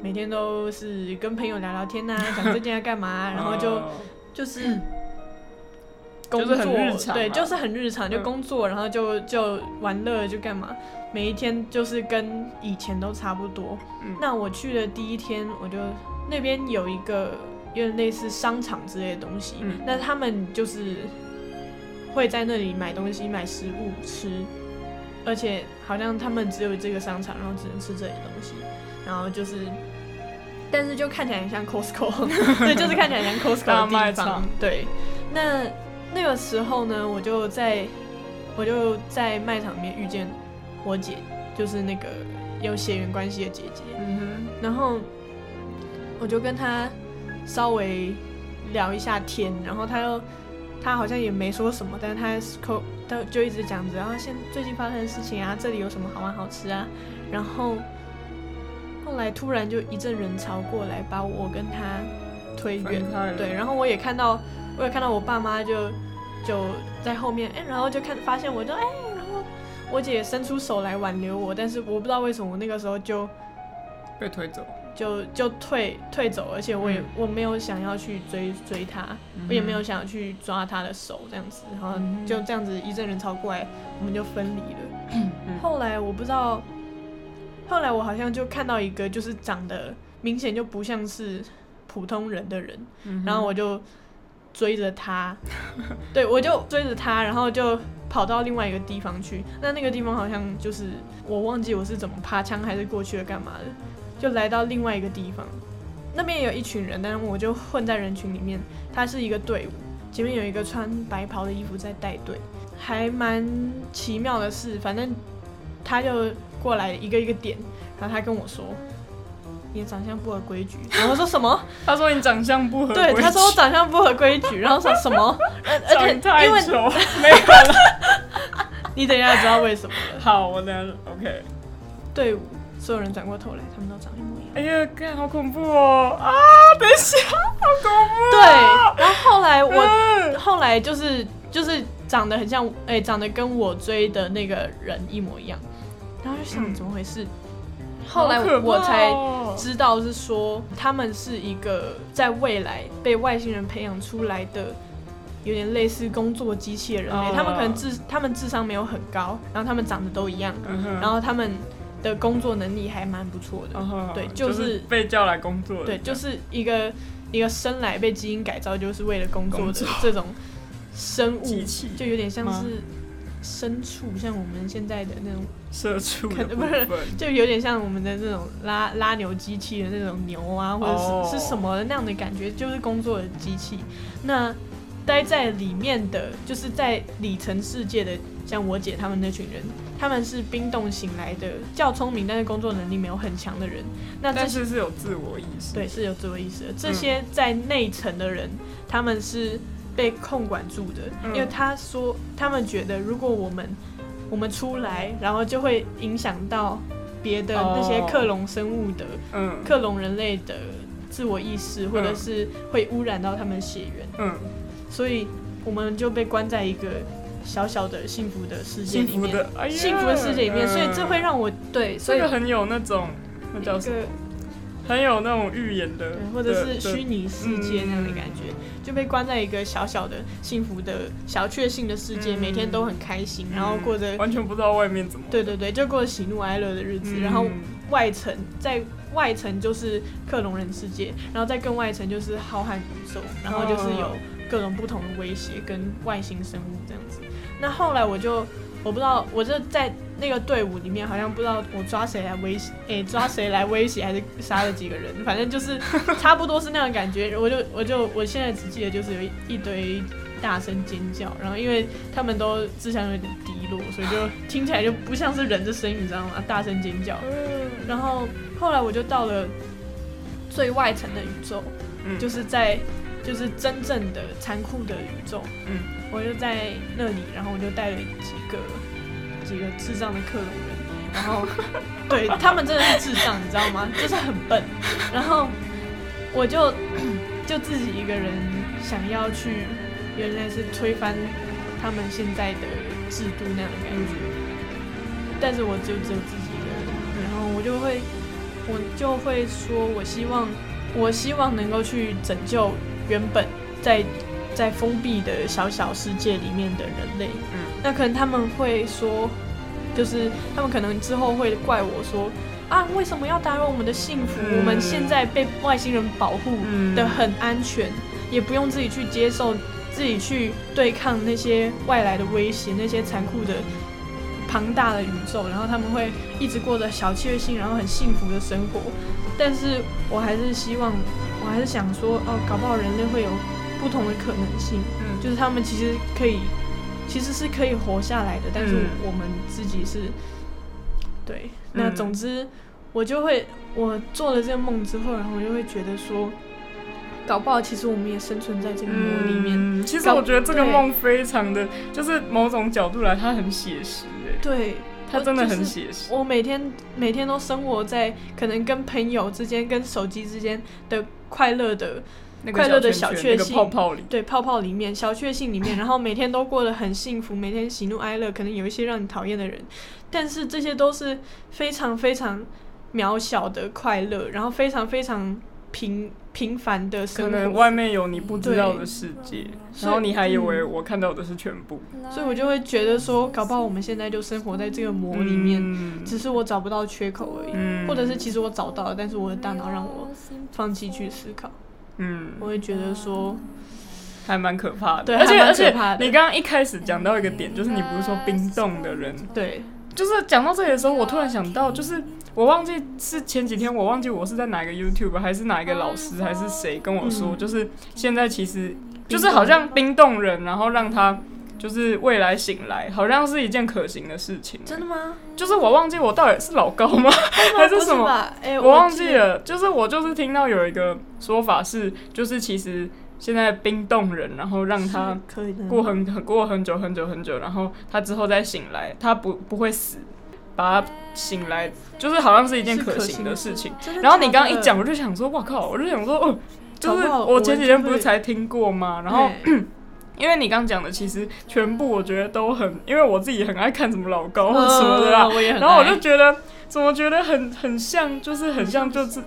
Speaker 3: 每天都是跟朋友聊聊天呐、讲最近在干 嘛啊、然后就
Speaker 2: 哦
Speaker 3: 就是工
Speaker 2: 就
Speaker 3: 作，
Speaker 2: 是很日常
Speaker 3: 对，
Speaker 2: 啦
Speaker 3: 就是很日常，就
Speaker 2: 嗯
Speaker 3: 工作，然后就就玩乐，就干嘛，每一天就是跟以前都差不多。
Speaker 2: 嗯
Speaker 3: 那我去的第一天，我就那边有一个有点类似商场之类的东西，
Speaker 2: 嗯
Speaker 3: 那他们就是会在那里买东西、买食物吃，而且好像他们只有这个商场，然后只能吃这里的东西，然后就是。但是就看起来很像 Costco，对， 就是看起来很像 Costco
Speaker 2: 大
Speaker 3: 的
Speaker 2: 卖
Speaker 3: 地
Speaker 2: 场
Speaker 3: 方。对，那那个时候呢，我就在我就在卖场里面遇见我姐，就是那个有血缘关系的姐姐。
Speaker 2: 嗯
Speaker 3: 然后我就跟他稍微聊一下天，然后他又他好像也没说什么，但是他口他就一直讲着，然后啊现最近发生的事情啊，这里有什么好玩好吃啊，然后后来突然就一阵人潮过来，把我跟他推
Speaker 2: 哼，
Speaker 3: 远
Speaker 2: 分，开了
Speaker 3: 对，，然后我也看到，我也看到我爸妈就就在后面，哎、然后就看发现我就哎、然后我姐也伸出手来挽留我，但是我不知道为什么我那个时候就
Speaker 2: 被推走，
Speaker 3: 就就退退走，而且我也、
Speaker 2: 嗯
Speaker 3: 我没有想要去追追她，我也没有想要去抓她的手这样子，然后
Speaker 2: 嗯
Speaker 3: 就这样子一阵人潮过来，我们就分离了。
Speaker 2: 嗯
Speaker 3: 后来我不知道，后来我好像就看到一个就是长得明显就不像是普通人的人，
Speaker 2: 嗯哼，
Speaker 3: 然后我就追着 他，对我就追着他，然后就跑到另外一个地方去。那那个地方好像就是我忘记我是怎么爬墙还是过去了干嘛的，就来到另外一个地方。那边也有一群人，但是我就混在人群里面。他是一个队伍，前面有一个穿白袍的衣服在带队，还蛮奇妙的是，反正他就过来一个一个点，然后他跟我说：“你的长相不合规矩。”然后我说什么？
Speaker 2: 他说你长相不合规
Speaker 3: 对，
Speaker 2: 矩，
Speaker 3: 他说我长相不合规矩，然后说什么？ 呃而且
Speaker 2: 长太
Speaker 3: 因为
Speaker 2: 丑，没有了。
Speaker 3: 你等一下就知道为什么了。
Speaker 2: 好，我等下 OK。
Speaker 3: 队伍所有人转过头来，他们都长一模 一样。
Speaker 2: 哎呀，看好恐怖哦！啊，等一下，好恐怖。
Speaker 3: 对，然后后来我
Speaker 2: 啊嗯
Speaker 3: 后来就是就是长得很像，哎、长得跟我追的那个人一模一样，然后就想
Speaker 2: 嗯
Speaker 3: 怎么回事。后来
Speaker 2: 好可怕
Speaker 3: 我我才
Speaker 2: 哦
Speaker 3: 知道是说他们是一个在未来被外星人培养出来的，有点类似工作机器的人类。
Speaker 2: 哦
Speaker 3: 他们可能智他们智商没有很高，然后他们长得都一样，
Speaker 2: 嗯哼
Speaker 3: 然后他们的工作能力还蛮不错的。
Speaker 2: 嗯哼
Speaker 3: 对就
Speaker 2: 就是被叫来工作的，
Speaker 3: 对，就是一个一个生来被基因改造就是为了工作
Speaker 2: 工
Speaker 3: 的
Speaker 2: 作
Speaker 3: 这种生物
Speaker 2: 机，器
Speaker 3: 嗯
Speaker 2: 嗯
Speaker 3: 就有点像
Speaker 2: 吗
Speaker 3: 是牲畜，像我们现在的那种
Speaker 2: 社畜的
Speaker 3: 可
Speaker 2: 部
Speaker 3: 不是
Speaker 2: 分，
Speaker 3: 就有点像我们的那种拉拉牛机器的那种牛啊，或者是、
Speaker 2: 哦
Speaker 3: 是什么那样的感觉，就是工作的机器。那待在里面的，就是在里程世界的，像我姐他们那群人，他们是冰冻醒来的，较聪明，但是工作能力没有很强的人。那这
Speaker 2: 但
Speaker 3: 些
Speaker 2: 是是有自我意识，嗯
Speaker 3: 对，是有自我意识的。这些在内层的人，他们是被控管住的，
Speaker 2: 嗯
Speaker 3: 因为他说他们觉得如果我们我们出来，然后就会影响到别的那些
Speaker 2: 哦
Speaker 3: 克隆生物的、
Speaker 2: 嗯
Speaker 3: 克隆人类的自我意识，或者是会污染到他们血缘，
Speaker 2: 嗯，
Speaker 3: 所以我们就被关在一个小小的幸福的世界
Speaker 2: 幸
Speaker 3: 里
Speaker 2: 福
Speaker 3: 面，
Speaker 2: 的，哎呀
Speaker 3: 幸福的世界里面，所以这会
Speaker 2: 嗯
Speaker 3: 让我对，所
Speaker 2: 这
Speaker 3: 以
Speaker 2: 个很有那种那
Speaker 3: 一
Speaker 2: 叫什么，
Speaker 3: 个
Speaker 2: 很有那种预言的
Speaker 3: 对，，或嗯者是
Speaker 2: 的
Speaker 3: 虚，拟世界那样的感觉，就被关在一个小小的幸福的小确幸的世界，
Speaker 2: 嗯
Speaker 3: 每天都很开心，
Speaker 2: 的
Speaker 3: 然后过着
Speaker 2: 嗯完全不知道外面怎么，
Speaker 3: 对对对，就过着喜怒哀乐的日子。
Speaker 2: 嗯
Speaker 3: 然后外层在外层就是克隆人世界，然后再更外层就是浩瀚宇宙，然后就是有各种不同的威胁跟外星生物这样子。那后来我就我不知道，我就在那个队伍里面，好像不知道我抓谁来威胁，诶、抓谁来威胁，还是杀了几个人，反正就是差不多是那样的感觉。我就我就我现在只记得就是有一一堆大声尖叫，然后因为他们都志向有点低落，所以就听起来就不像是人的声音，你知道吗？大声尖叫。
Speaker 2: 嗯
Speaker 3: 然后后来我就到了最外层的宇宙，
Speaker 2: 嗯
Speaker 3: 就是在就是真正的残酷的宇宙，
Speaker 2: 嗯，
Speaker 3: 我就在那里，然后我就带了几个几个智障的克隆人，然后对他们真的是智障，你知道吗？就是很笨，然后我就 就自己一个人想要去，原来是推翻他们现在的制度那样的感觉，但是我就只有自己一个人，然后我就会我就会说，我希望我希望能够去拯救原本在在封闭的小小世界里面的人类。
Speaker 2: 嗯，
Speaker 3: 那可能他们会说，就是他们可能之后会怪我说啊，为什么要打扰我们的幸福？
Speaker 2: 嗯
Speaker 3: 我们现在被外星人保护
Speaker 2: 嗯
Speaker 3: 的很安全，也不用自己去接受，自己去对抗那些外来的威胁，那些残酷的。庞大的宇宙，然后他们会一直过着小确幸，然后很幸福的生活。但是我还是希望，我还是想说，哦，搞不好人类会有不同的可能性，
Speaker 2: 嗯
Speaker 3: 就是他们其实可以，其实是可以活下来的，但是
Speaker 2: 嗯
Speaker 3: 我们自己是，对。那
Speaker 2: 嗯
Speaker 3: 总之，我就会，我做了这个梦之后，然后我就会觉得说，搞不好其实我们也生存在这个魔里面。
Speaker 2: 嗯，其实
Speaker 3: 搞
Speaker 2: 我觉得这个
Speaker 3: 对
Speaker 2: 梦非常的，就是某种角度来，它很写实诶，
Speaker 3: 对，
Speaker 2: 它真的
Speaker 3: 我就是
Speaker 2: 很写实。
Speaker 3: 我每天每天都生活在可能跟朋友之间、跟手机之间的快乐的
Speaker 2: 那个
Speaker 3: 快乐的
Speaker 2: 小
Speaker 3: 小
Speaker 2: 圈
Speaker 3: 确
Speaker 2: 圈那个
Speaker 3: 幸
Speaker 2: 泡泡里，
Speaker 3: 对泡泡里面、小确幸里面，然后每天都过得很幸福，每天喜怒哀乐，可能有一些让你讨厌的人，但是这些都是非常非常渺小的快乐，然后非常非常平平凡的
Speaker 2: 可
Speaker 3: 生
Speaker 2: 能
Speaker 3: 活。
Speaker 2: 外面有你不知道的世界，
Speaker 3: 所以
Speaker 2: 然后你还以为
Speaker 3: 嗯
Speaker 2: 我看到的是全部。
Speaker 3: 所以我就会觉得说，搞不好我们现在就生活在这个魔里面，
Speaker 2: 嗯
Speaker 3: 只是我找不到缺口而已，
Speaker 2: 嗯
Speaker 3: 或者是其实我找到了，但是我的大脑让我放弃去思考，我
Speaker 2: 嗯，
Speaker 3: 会觉得说，
Speaker 2: 还蛮可怕的。
Speaker 3: 对
Speaker 2: 而且
Speaker 3: 还
Speaker 2: 而
Speaker 3: 蛮
Speaker 2: 且
Speaker 3: 可怕的，
Speaker 2: 你刚刚一开始讲到一个点，就是你不是说冰冻的人，
Speaker 3: 对，
Speaker 2: 就是讲到这里的时候，我突然想到，就是我忘记是前几天，我忘记我是在哪个 YouTube 还是哪一个老师还是谁跟我说，
Speaker 3: 嗯
Speaker 2: 就是现在其实就是好像冰冻人，然后让他就是未来醒来，好像是一件可行的事情。
Speaker 3: 真的吗？
Speaker 2: 就是我忘记我到底是老高吗， 还是
Speaker 3: 不
Speaker 2: 什么？
Speaker 3: 吧？哎、
Speaker 2: 我忘记
Speaker 3: 记得。
Speaker 2: 了，就是我就是听到有一个说法是，就是其实现在冰冻人，然后让他
Speaker 3: 是可以的
Speaker 2: 过很很过很久很久很久，然后他之后再醒来，他不不会死，把他醒来，就是好像是一件
Speaker 3: 是可
Speaker 2: 可行
Speaker 3: 行
Speaker 2: 的
Speaker 3: 的
Speaker 2: 事情。
Speaker 3: 真的
Speaker 2: 然后你
Speaker 3: 假
Speaker 2: 刚刚
Speaker 3: 的
Speaker 2: 一讲，我就想说，哇靠！我就想说，哦，就
Speaker 3: 搞
Speaker 2: 是
Speaker 3: 不好
Speaker 2: 我
Speaker 3: 我
Speaker 2: 前几
Speaker 3: 就
Speaker 2: 天不是
Speaker 3: 会
Speaker 2: 才听过吗？然后
Speaker 3: 对
Speaker 2: 因为你刚讲的，其实全部我觉得都很，因为我自己很爱看什么老高 或什么的啦
Speaker 3: 嗯，我也很
Speaker 2: 然后我
Speaker 3: 爱
Speaker 2: 就觉得怎么觉得很很像，就是很像，就是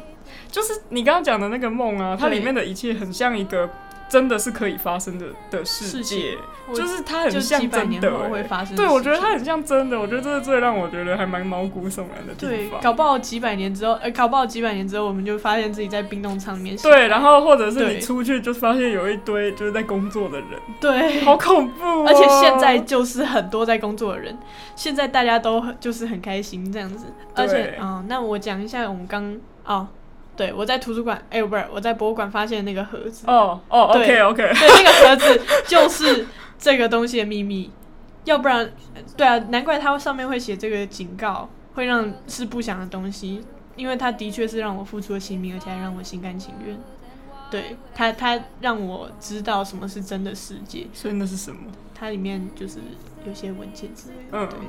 Speaker 2: 就是你刚刚讲的那个梦啊，它
Speaker 3: 对
Speaker 2: 里面的一切很像一个真的是可以发生的的世
Speaker 3: 事
Speaker 2: 界
Speaker 3: 情，
Speaker 2: 就
Speaker 3: 我
Speaker 2: 是它很
Speaker 3: 就
Speaker 2: 像
Speaker 3: 几百
Speaker 2: 真
Speaker 3: 年
Speaker 2: 的
Speaker 3: 后会
Speaker 2: 欸、
Speaker 3: 发生的事情。
Speaker 2: 对我觉得它很像真的，我觉得这是最让我觉得还蛮毛骨悚然的地
Speaker 3: 对，
Speaker 2: 方。
Speaker 3: 搞不好几百年之后，呃，搞不好几百年之后，我们就发现自己在冰冻舱里面。
Speaker 2: 对，然后或者是你
Speaker 3: 对
Speaker 2: 出去就发现有一堆就是在工作的人，
Speaker 3: 对，
Speaker 2: 好恐怖、哦！
Speaker 3: 而且现在就是很多在工作的人，现在大家都很就是很开心这样子。
Speaker 2: 对
Speaker 3: 而且，嗯，那我讲一下我们刚哦，对我在图书馆，哎、不是我在博物馆发现那个盒子，
Speaker 2: 哦哦，OK
Speaker 3: 对
Speaker 2: OK，
Speaker 3: 对，那个盒子就是这个东西的秘密，要不然，对啊，难怪它上面会写这个警告，会让是不祥的东西，因为它的确是让我付出了性命，而且还让我心甘情愿。对他，他让我知道什么是真的世界。
Speaker 2: 所以那是什么？
Speaker 3: 它里面就是有些文件之类的。
Speaker 2: 嗯
Speaker 3: 对，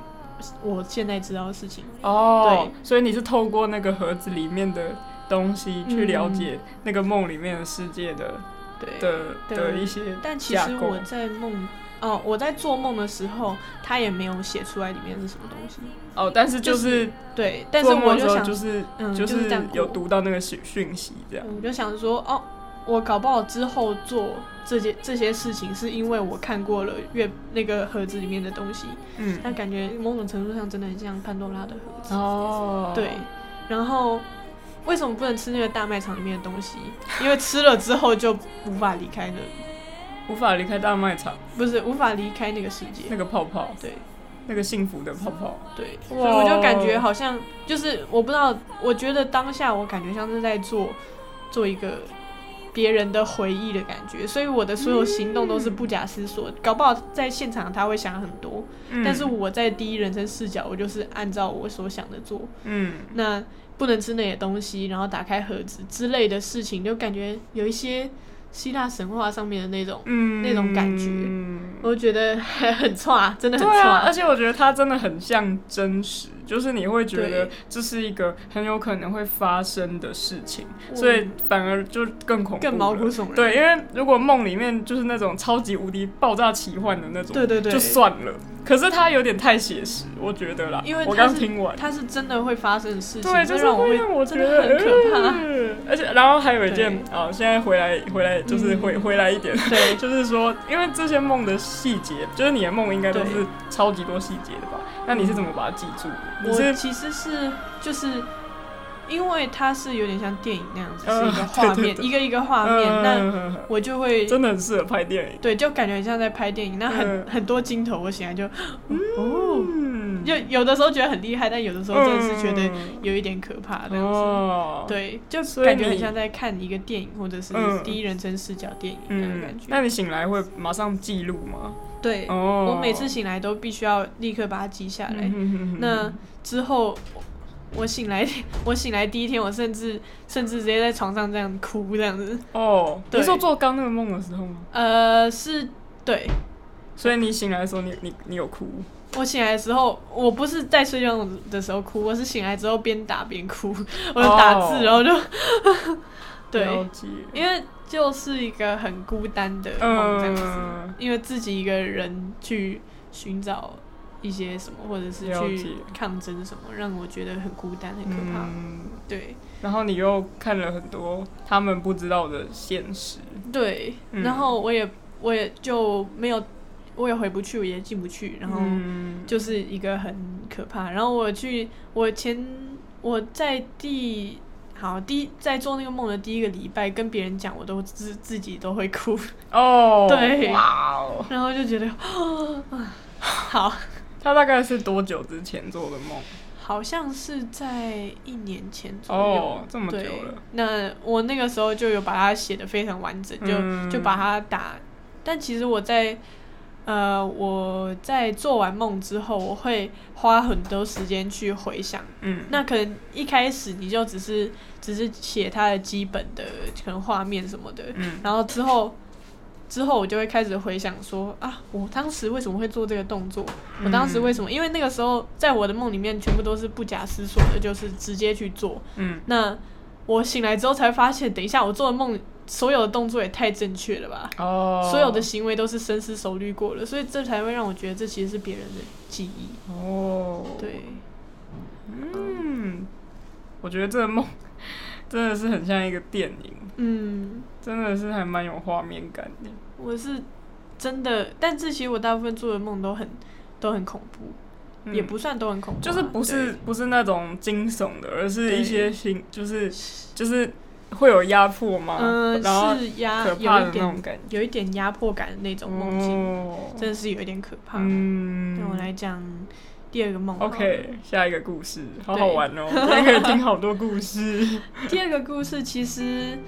Speaker 3: 我现在知道的事情。
Speaker 2: 哦，所以你是透过那个盒子里面的东西去了解那个梦里面的世界的、
Speaker 3: 嗯对，
Speaker 2: 的的一些
Speaker 3: 但其
Speaker 2: 架
Speaker 3: 实
Speaker 2: 构
Speaker 3: 我。在梦，哦，我在做梦的时候，他也没有写出来里面是什么东西。
Speaker 2: 哦，但是就是
Speaker 3: 对，但是
Speaker 2: 做梦
Speaker 3: 我
Speaker 2: 的时
Speaker 3: 就
Speaker 2: 候
Speaker 3: 想，
Speaker 2: 就是
Speaker 3: 嗯
Speaker 2: 就
Speaker 3: 就是这样
Speaker 2: 是
Speaker 3: 过
Speaker 2: 有读到那个讯讯息这样。
Speaker 3: 我就想说，哦，我搞不好之后做这些这些事情，是因为我看过了月那个盒子里面的东西，
Speaker 2: 嗯，
Speaker 3: 但感觉某种程度上真的很像潘多拉的盒子。
Speaker 2: 哦，
Speaker 3: 对，然后为什么不能吃那个大卖场里面的东西？因为吃了之后就无法离开那里，
Speaker 2: 无法离开大卖场
Speaker 3: 不是无法离开那个世
Speaker 2: 那
Speaker 3: 界。
Speaker 2: 个泡泡，
Speaker 3: 对
Speaker 2: 那个幸福的泡泡。
Speaker 3: 对，
Speaker 2: 哇
Speaker 3: 所以我就感觉好像就是我不知道，我觉得当下我感觉像是在做做一个。别人的回忆的感觉，所以我的所有行动都是不假思索。搞不好在现场他会想很多，
Speaker 2: 嗯
Speaker 3: 但是我在第一人称视角，我就是按照我所想的做。
Speaker 2: 嗯，
Speaker 3: 那不能吃那些东西，然后打开盒子之类的事情，就感觉有一些希腊神话上面的那种，
Speaker 2: 嗯
Speaker 3: 那种感觉我觉得很 差，真的很
Speaker 2: 对啊，而
Speaker 3: 差。
Speaker 2: 且我觉得它真的很像真实，就是你会觉得
Speaker 3: 对
Speaker 2: 这是一个很有可能会发生的事情，
Speaker 3: 嗯
Speaker 2: 所以反而就更恐怖了、
Speaker 3: 更毛骨悚然
Speaker 2: 对，因为如果梦里面就是那种超级无敌爆炸奇幻的那种，
Speaker 3: 对对对
Speaker 2: 就算了。可是它有点太写实，我觉得啦。
Speaker 3: 因为它
Speaker 2: 我刚
Speaker 3: 是
Speaker 2: 听完，
Speaker 3: 它是真的会发生的事情，
Speaker 2: 对，
Speaker 3: 这
Speaker 2: 就是
Speaker 3: 让我
Speaker 2: 会
Speaker 3: 会
Speaker 2: 让我觉
Speaker 3: 真
Speaker 2: 得
Speaker 3: 的很可怕。
Speaker 2: 呃而且，然后还有一件
Speaker 3: 对
Speaker 2: 啊、现在回来回来就是回、
Speaker 3: 嗯
Speaker 2: 回来一点，
Speaker 3: 对
Speaker 2: 就是说，因为这些梦的细节，就是你的梦应该都是
Speaker 3: 对
Speaker 2: 超级多细节的吧？那你是怎么把它记住的？你
Speaker 3: 我
Speaker 2: 是
Speaker 3: 其实是就是。因为它是有点像电影那样子，
Speaker 2: 嗯
Speaker 3: 是一个画面，
Speaker 2: 对对对
Speaker 3: 一个一个画面，那
Speaker 2: 嗯
Speaker 3: 我就会
Speaker 2: 真的很适合拍电影。
Speaker 3: 对，就感觉很像在拍电影。那很、
Speaker 2: 嗯
Speaker 3: 很多镜头，我醒来就，哦，
Speaker 2: 嗯，
Speaker 3: 就有的时候觉得很厉害，但有的时候真的是觉得有一点可怕这样子。
Speaker 2: 哦，，
Speaker 3: 对，就
Speaker 2: 所以
Speaker 3: 感觉很
Speaker 2: 你
Speaker 3: 像在看一个电影，或者是
Speaker 2: 嗯
Speaker 3: 第一人称视角电影那种
Speaker 2: 嗯
Speaker 3: 感觉。，
Speaker 2: 那你醒来会马上记录吗？
Speaker 3: 对，
Speaker 2: 哦，
Speaker 3: 我每次醒来都必须要立刻把它记下来。
Speaker 2: 嗯哼哼哼
Speaker 3: 那之后我我醒来， 我醒来第一天，我甚至甚至直接在床上这样哭这样子。
Speaker 2: 哦，你
Speaker 3: 对
Speaker 2: 是说做刚那个梦的时候吗？
Speaker 3: 呃，是对
Speaker 2: 所以你醒来的时候你，你你有哭？
Speaker 3: 我醒来的时候，我不是在睡觉的时候哭，我是醒来之后边打边哭， 我就打字，
Speaker 2: 哦
Speaker 3: 然后就 对，
Speaker 2: 了解
Speaker 3: 因为就是一个很孤单的梦这样子，
Speaker 2: 嗯，
Speaker 3: 因为自己一个人去寻找一些什么，或者是
Speaker 2: 了解
Speaker 3: 去抗争什么，让我觉得很孤单、很可怕。
Speaker 2: 嗯
Speaker 3: 对
Speaker 2: 然后你又看了很多他们不知道的现实，
Speaker 3: 对，
Speaker 2: 嗯
Speaker 3: 然后我也我也就没有，我也回不去，我也进不去，然后
Speaker 2: 嗯
Speaker 3: 就是一个很可怕。然后我去，我前我在第。好，第一在做那个梦的第一个礼拜，跟别人讲，我都自自己都会哭，
Speaker 2: 哦，
Speaker 3: 对
Speaker 2: 哇哦，
Speaker 3: 然后就觉得，啊好，
Speaker 2: 他大概是多久之前做的梦？
Speaker 3: 好像是在一年前左右，
Speaker 2: 哦这么久
Speaker 3: 对
Speaker 2: 了。
Speaker 3: 那我那个时候就有把它写的非常完整，就、
Speaker 2: 嗯
Speaker 3: 就把它打。但其实我在呃我在做完梦之后，我会花很多时间去回想。
Speaker 2: 嗯，
Speaker 3: 那可能一开始你就只是只是写它的基本的可能画面什么的，
Speaker 2: 嗯
Speaker 3: 然后之后。之后我就会开始回想说啊，我当时为什么会做这个动作？我当
Speaker 2: 嗯
Speaker 3: 时为什么？因为那个时候在我的梦里面，全部都是不假思索的，就是直接去做。
Speaker 2: 嗯，
Speaker 3: 那我醒来之后才发现，等一下我做的梦，所有的动作也太正确了吧？
Speaker 2: 哦，
Speaker 3: 所有的行为都是深思熟虑过的，所以这才会让我觉得这其实是别人的记忆。
Speaker 2: 哦，，
Speaker 3: 对，
Speaker 2: 嗯，我觉得这个梦 真的是很像一个电影，
Speaker 3: 嗯，
Speaker 2: 真的是还蛮有画面感的。
Speaker 3: 我是真的，但这其实我大部分做的梦都很都很恐怖，
Speaker 2: 嗯
Speaker 3: 也不算都很恐怖啊，
Speaker 2: 就是不是
Speaker 3: 对
Speaker 2: 不是那种惊悚的，而是
Speaker 3: 对
Speaker 2: 一些心，就是就是会有压迫嘛，
Speaker 3: 嗯、
Speaker 2: 啊然后
Speaker 3: 是压
Speaker 2: 可怕
Speaker 3: 有
Speaker 2: 的
Speaker 3: 一
Speaker 2: 那种
Speaker 3: 点
Speaker 2: 感觉。
Speaker 3: 有一点压迫感的那种梦境。
Speaker 2: 哦
Speaker 3: 真的是有一点可怕。
Speaker 2: 嗯，
Speaker 3: 那我来讲第二个梦好了。
Speaker 2: OK，下一个故事，好
Speaker 3: 对
Speaker 2: 好玩 哦，今天可以听好多故事。
Speaker 3: 第二个故事其实，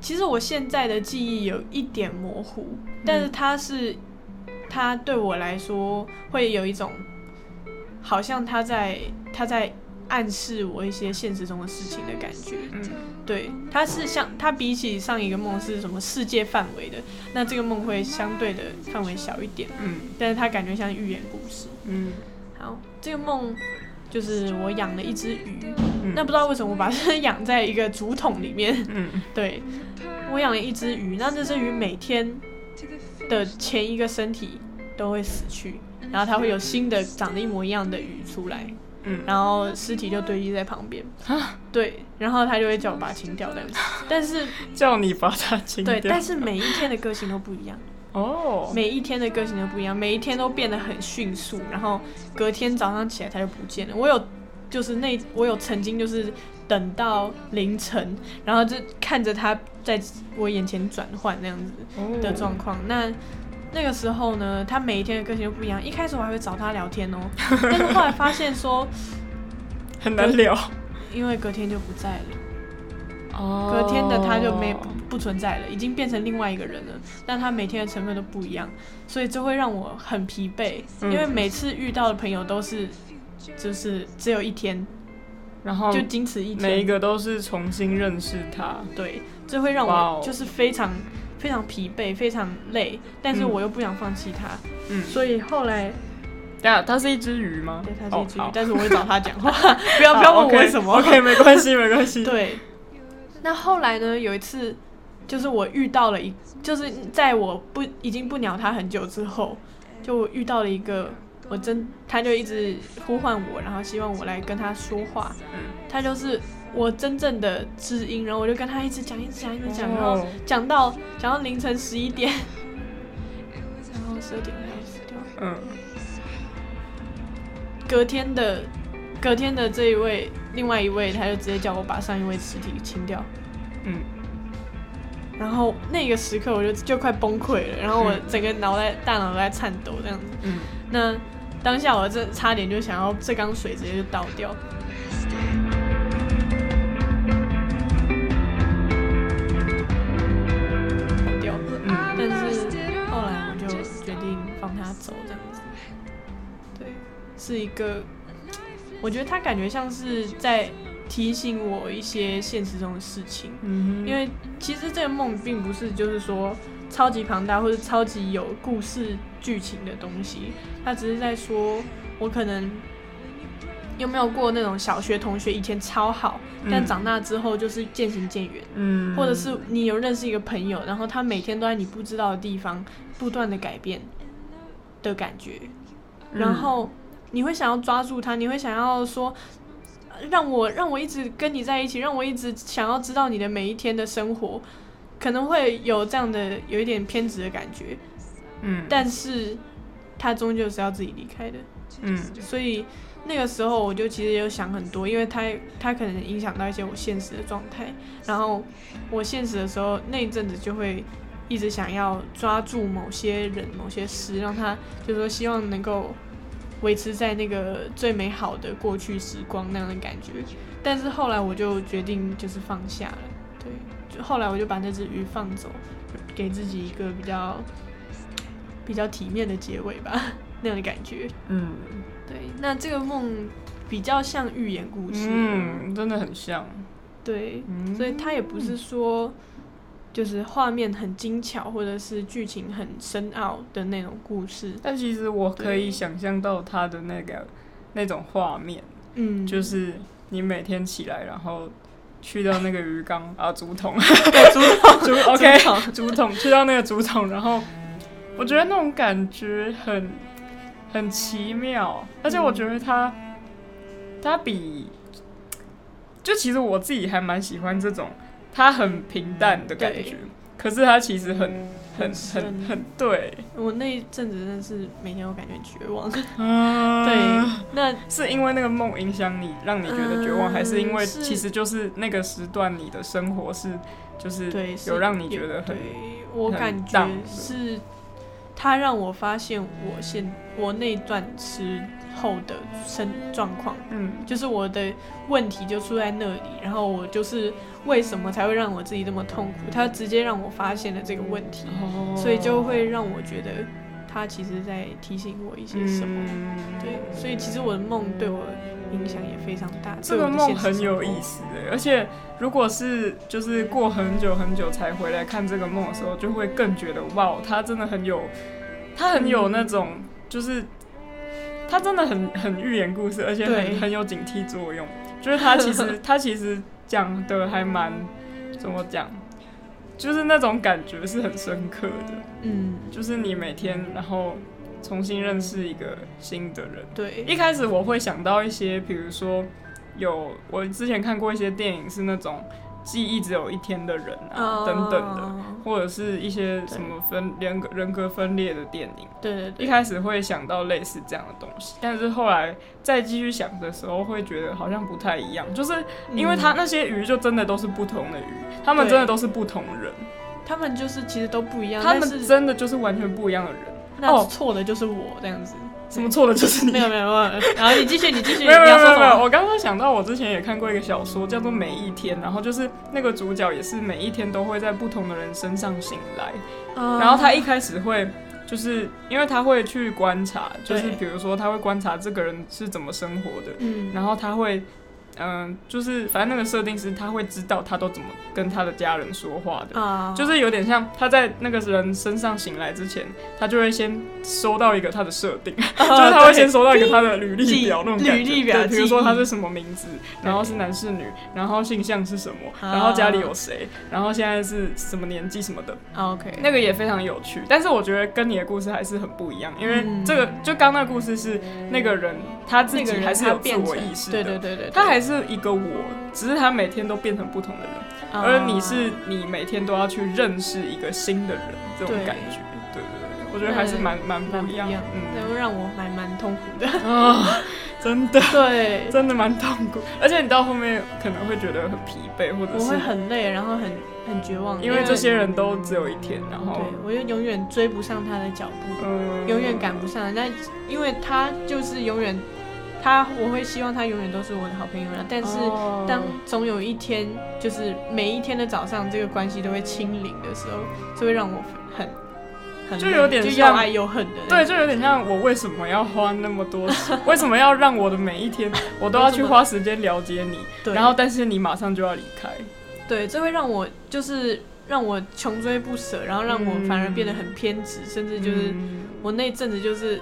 Speaker 3: 其实我现在的记忆有一点模糊，但是它是，它对我来说会有一种，好像它在它在暗示我一些现实中的事情的感觉。
Speaker 2: 嗯，
Speaker 3: 对，它是像它比起上一个梦是什么世界范围的，那这个梦会相对的范围小一点，
Speaker 2: 嗯
Speaker 3: 但是它感觉像寓言故事。
Speaker 2: 嗯
Speaker 3: 好，这个梦就是我养了一只鱼，
Speaker 2: 嗯
Speaker 3: 那不知道为什么我把它 养在一个竹筒里面。
Speaker 2: 嗯
Speaker 3: 对，我养了一只鱼，那这只鱼每天的前一个身体都会死去，然后它会有新的长得一模一样的鱼出来，
Speaker 2: 嗯
Speaker 3: 然后尸体就堆积在旁边。
Speaker 2: 啊，
Speaker 3: 对，然后它就会叫我把它清掉，但是但是
Speaker 2: 叫你把它清掉。
Speaker 3: 对，但是每一天的个性都不一样，
Speaker 2: 哦，
Speaker 3: 每一天的个性都不一样，每一天都变得很迅速，然后隔天早上起来它就不见了。我有就是那我有曾经就是等到凌晨，然后就看着它在我眼前转换那样子
Speaker 2: 哦
Speaker 3: 的状况。那那个时候呢，它每一天的个性都不一样。一开始我还会找它聊天哦，但是后来发现说，
Speaker 2: 很难聊。
Speaker 3: 因为隔天就不在了。
Speaker 2: 哦
Speaker 3: 隔天的他就没不不存在了，已经变成另外一个人了。但他每天的成分都不一样，所以这会让我很疲惫，
Speaker 2: 嗯
Speaker 3: 因为每次遇到的朋友都是就是只有一天，
Speaker 2: 然后
Speaker 3: 就仅此一天。
Speaker 2: 哦每一个都是重新认识他。
Speaker 3: 对，这会让
Speaker 2: 哇哦
Speaker 3: 我就是非常非常疲惫，非常累，但是
Speaker 2: 嗯
Speaker 3: 我又不想放弃他，
Speaker 2: 嗯，
Speaker 3: 所以后来
Speaker 2: 对啊，它是一只鱼吗？
Speaker 3: 对他
Speaker 2: 哦
Speaker 3: 这句，
Speaker 2: 好
Speaker 3: 但是我会找 他讲话，不要不要问我为什么。
Speaker 2: OK，没关系，没关系。
Speaker 3: 对，嗯那后来呢？有一次，就是我遇到了一，就是在我不已经不鸟他很久之后，就我遇到了一个，我真他就一直呼唤我，然后希望我来跟他说话。
Speaker 2: 嗯，
Speaker 3: 他就是我真正的知音，然后我就跟他一直讲，一直讲，一直讲，然后
Speaker 2: 哦
Speaker 3: 讲到讲到凌晨十一点， 然后十二点他就死掉了。
Speaker 2: 嗯
Speaker 3: 隔天的隔天的这一位，另外一位他就直接叫我把上一位尸体清掉。
Speaker 2: 嗯，
Speaker 3: 然后那个时刻我就就快崩溃了，然后我
Speaker 2: 嗯
Speaker 3: 整个脑袋大脑都在颤抖这样子。
Speaker 2: 嗯，
Speaker 3: 那当下我这差点就想要这缸水直接就倒掉。倒掉，
Speaker 2: 嗯
Speaker 3: 但是后来我就决定放他走这样子。对，是一个，我觉得他感觉像是在提醒我一些现实中的事情。
Speaker 2: 嗯
Speaker 3: 因为其实这个梦并不是就是说超级庞大或者超级有故事剧情的东西，它只是在说我可能有没有过那种小学同学以前超好，但
Speaker 2: 嗯
Speaker 3: 长大之后就是渐行渐远，
Speaker 2: 嗯，
Speaker 3: 或者是你有认识一个朋友，然后他每天都在你不知道的地方不断的改变的感觉，
Speaker 2: 嗯
Speaker 3: 然后你会想要抓住他，你会想要说，呃让我让我一直跟你在一起，让我一直想要知道你的每一天的生活，可能会有这样的有一点偏执的感觉，
Speaker 2: 嗯，
Speaker 3: 但是他终究是要自己离开的，
Speaker 2: 嗯
Speaker 3: 所以那个时候我就其实有想很多，因为他他可能影响到一些我现实的状态，然后我现实的时候那一阵子就会一直想要抓住某些人、某些事，让他就是说希望能够维持在那个最美好的过去时光那样的感觉，但是后来我就决定就是放下了，对，就后来我就把那只鱼放走，给自己一个比较 比较体面的结尾吧，那样的感觉。
Speaker 2: 嗯
Speaker 3: 对，那这个梦比较像寓言故事，
Speaker 2: 嗯，真的很像。
Speaker 3: 对，
Speaker 2: 嗯，
Speaker 3: 所以它也不是说就是画面很精巧或者是剧情很深奥的那种故事，
Speaker 2: 但其实我可以想象到他的那个那种画面，
Speaker 3: 嗯，
Speaker 2: 就是你每天起来，然后去到那个鱼缸啊，竹筒，
Speaker 3: 对主 导
Speaker 2: 竹 OK，
Speaker 3: 主导
Speaker 2: 竹筒， 去到那个竹筒，然后我觉得那种感觉很很奇妙，而且我觉得它它比就其实我自己还蛮喜欢这种它很平淡的感觉
Speaker 3: 嗯对，
Speaker 2: 可是它其实很很
Speaker 3: 很深
Speaker 2: 很很对，
Speaker 3: 我那一阵子真的是每天我感觉绝望，
Speaker 2: 嗯，
Speaker 3: 对，那
Speaker 2: 是因为那个梦影响你，让你觉得绝望，
Speaker 3: 嗯
Speaker 2: 还是因为
Speaker 3: 是
Speaker 2: 其实就是那个时段你的生活是，就是
Speaker 3: 对是
Speaker 2: 有让你觉得很
Speaker 3: 对我
Speaker 2: 很
Speaker 3: 感觉
Speaker 2: down 的
Speaker 3: 是他让我发现我现我那段时候的身状况。
Speaker 2: 嗯
Speaker 3: 就是我的问题就出在那里，然后我就是为什么才会让我自己这么痛苦，他直接让我发现了这个问题，
Speaker 2: 哦
Speaker 3: 所以就会让我觉得他其实在提醒我一些什么。
Speaker 2: 嗯
Speaker 3: 对，所以其实我的梦对我影响也非常大。
Speaker 2: 这
Speaker 3: 对
Speaker 2: 个
Speaker 3: 我的
Speaker 2: 梦
Speaker 3: 现实
Speaker 2: 很
Speaker 3: 生
Speaker 2: 有
Speaker 3: 活
Speaker 2: 意思欸，而且如果是就是过很久很久才回来看这个梦的时候，就会更觉得哇，哦它真的很有，它很有
Speaker 3: 嗯
Speaker 2: 那种就是，它真的很很寓言故事，而且
Speaker 3: 对
Speaker 2: 很很有警惕作用。就是它其 实它其实讲的还蛮怎么讲，就是那种感觉是很深刻的，
Speaker 3: 嗯，
Speaker 2: 就是你每天然后重新认识一个新的人。
Speaker 3: 对，
Speaker 2: 一开始我会想到一些，比如说有我之前看过一些电影是那种记忆只有一天的人啊、等等的，
Speaker 3: 哦，
Speaker 2: 或者是一些什么分人格人格分裂的电影。
Speaker 3: 对对
Speaker 2: 一
Speaker 3: 对，
Speaker 2: 开始会想到类似这样的东西，但是后来再继续想的时候，会觉得好像不太一样，就是因
Speaker 3: 嗯
Speaker 2: 为它那些鱼就真的都是不同的鱼，他们
Speaker 3: 对
Speaker 2: 真的都是不同人，
Speaker 3: 他们就是其实都不一样，
Speaker 2: 他
Speaker 3: 但
Speaker 2: 们
Speaker 3: 是
Speaker 2: 真的就是完全不一样的人，
Speaker 3: 那
Speaker 2: 哦
Speaker 3: 错的就是我这样子，
Speaker 2: 什么错的就是你
Speaker 3: 没。有没有没有，然后你继续你继 续，
Speaker 2: 没有
Speaker 3: 你
Speaker 2: 没有
Speaker 3: 要
Speaker 2: 没
Speaker 3: 说
Speaker 2: 有
Speaker 3: 什
Speaker 2: 没有，
Speaker 3: 么？
Speaker 2: 我刚刚想到，我之前也看过一个小说，叫做《每一天》，然后就是那个主角也是每一天都会在不同的人身上醒来，
Speaker 3: 嗯
Speaker 2: 然后他一开始会。就是因为他会去观察，就是
Speaker 3: 对
Speaker 2: 比如说他会观察这个人是怎么生活的，
Speaker 3: 嗯
Speaker 2: 然后他会，嗯、就是反正那个设定是他会知道他都怎么跟他的家人说话的，
Speaker 3: 啊，
Speaker 2: 就是有点像他在那个人身上醒来之前，他就会先收到一个他的设定， 就是他会先收到一个他的履历表那种感觉，
Speaker 3: 履历表
Speaker 2: 对比如说
Speaker 3: 记忆
Speaker 2: 他是什么名字，然后是男是女，然后性向是什么，
Speaker 3: 啊
Speaker 2: 然后家里有谁，然后现在是什么年纪什么的，
Speaker 3: 啊 OK，
Speaker 2: 那个也非常有趣。但是我觉得跟你的故事还是很不一样，因为
Speaker 3: 嗯
Speaker 2: 这个就刚那个故事是那个人他自
Speaker 3: 那
Speaker 2: 己
Speaker 3: 个人
Speaker 2: 还是
Speaker 3: 他
Speaker 2: 有自
Speaker 3: 变
Speaker 2: 我
Speaker 3: 成
Speaker 2: 意识的，
Speaker 3: 对对对对，
Speaker 2: 他还
Speaker 3: 是，
Speaker 2: 是一个我，只是他每天都变成不同的人，而
Speaker 3: 啊
Speaker 2: 你是你每天都要去认识一个新的人，这种
Speaker 3: 对
Speaker 2: 感觉，对对对，我觉得还是
Speaker 3: 嗯
Speaker 2: 蛮蛮不
Speaker 3: 蛮不
Speaker 2: 一
Speaker 3: 一
Speaker 2: 样嗯
Speaker 3: 样
Speaker 2: 的，，
Speaker 3: 对，会让我还蛮痛苦 的，
Speaker 2: 嗯啊，真的。
Speaker 3: 对，
Speaker 2: 真的蛮痛苦，而且你到后面可能会觉得很疲惫，或者
Speaker 3: 我
Speaker 2: 是
Speaker 3: 会很累，然后很很绝望，
Speaker 2: 因为这些人都只有一天，然后
Speaker 3: 对我就永远追不上他的脚步，
Speaker 2: 嗯，
Speaker 3: 永远赶不上，但因为他就是永远，他我会希望他永远都是我的好朋友啦，但是。
Speaker 2: 哦
Speaker 3: 当总有一天，就是每一天的早上，这个关系都会清零的时候，就会让我很很
Speaker 2: 就
Speaker 3: 累
Speaker 2: 有点
Speaker 3: 就
Speaker 2: 像
Speaker 3: 又爱又恨的那
Speaker 2: 对，
Speaker 3: 种。
Speaker 2: 就有点像我为什么要花那么多时，为什么要让我的每一 天我都要去花时间了解你，
Speaker 3: 对
Speaker 2: 然后但是你马上就要离开，
Speaker 3: 对，这会让我就是让我穷追不舍，然后让我反而变得很偏执，甚至就是
Speaker 2: 嗯
Speaker 3: 我那一阵子就是。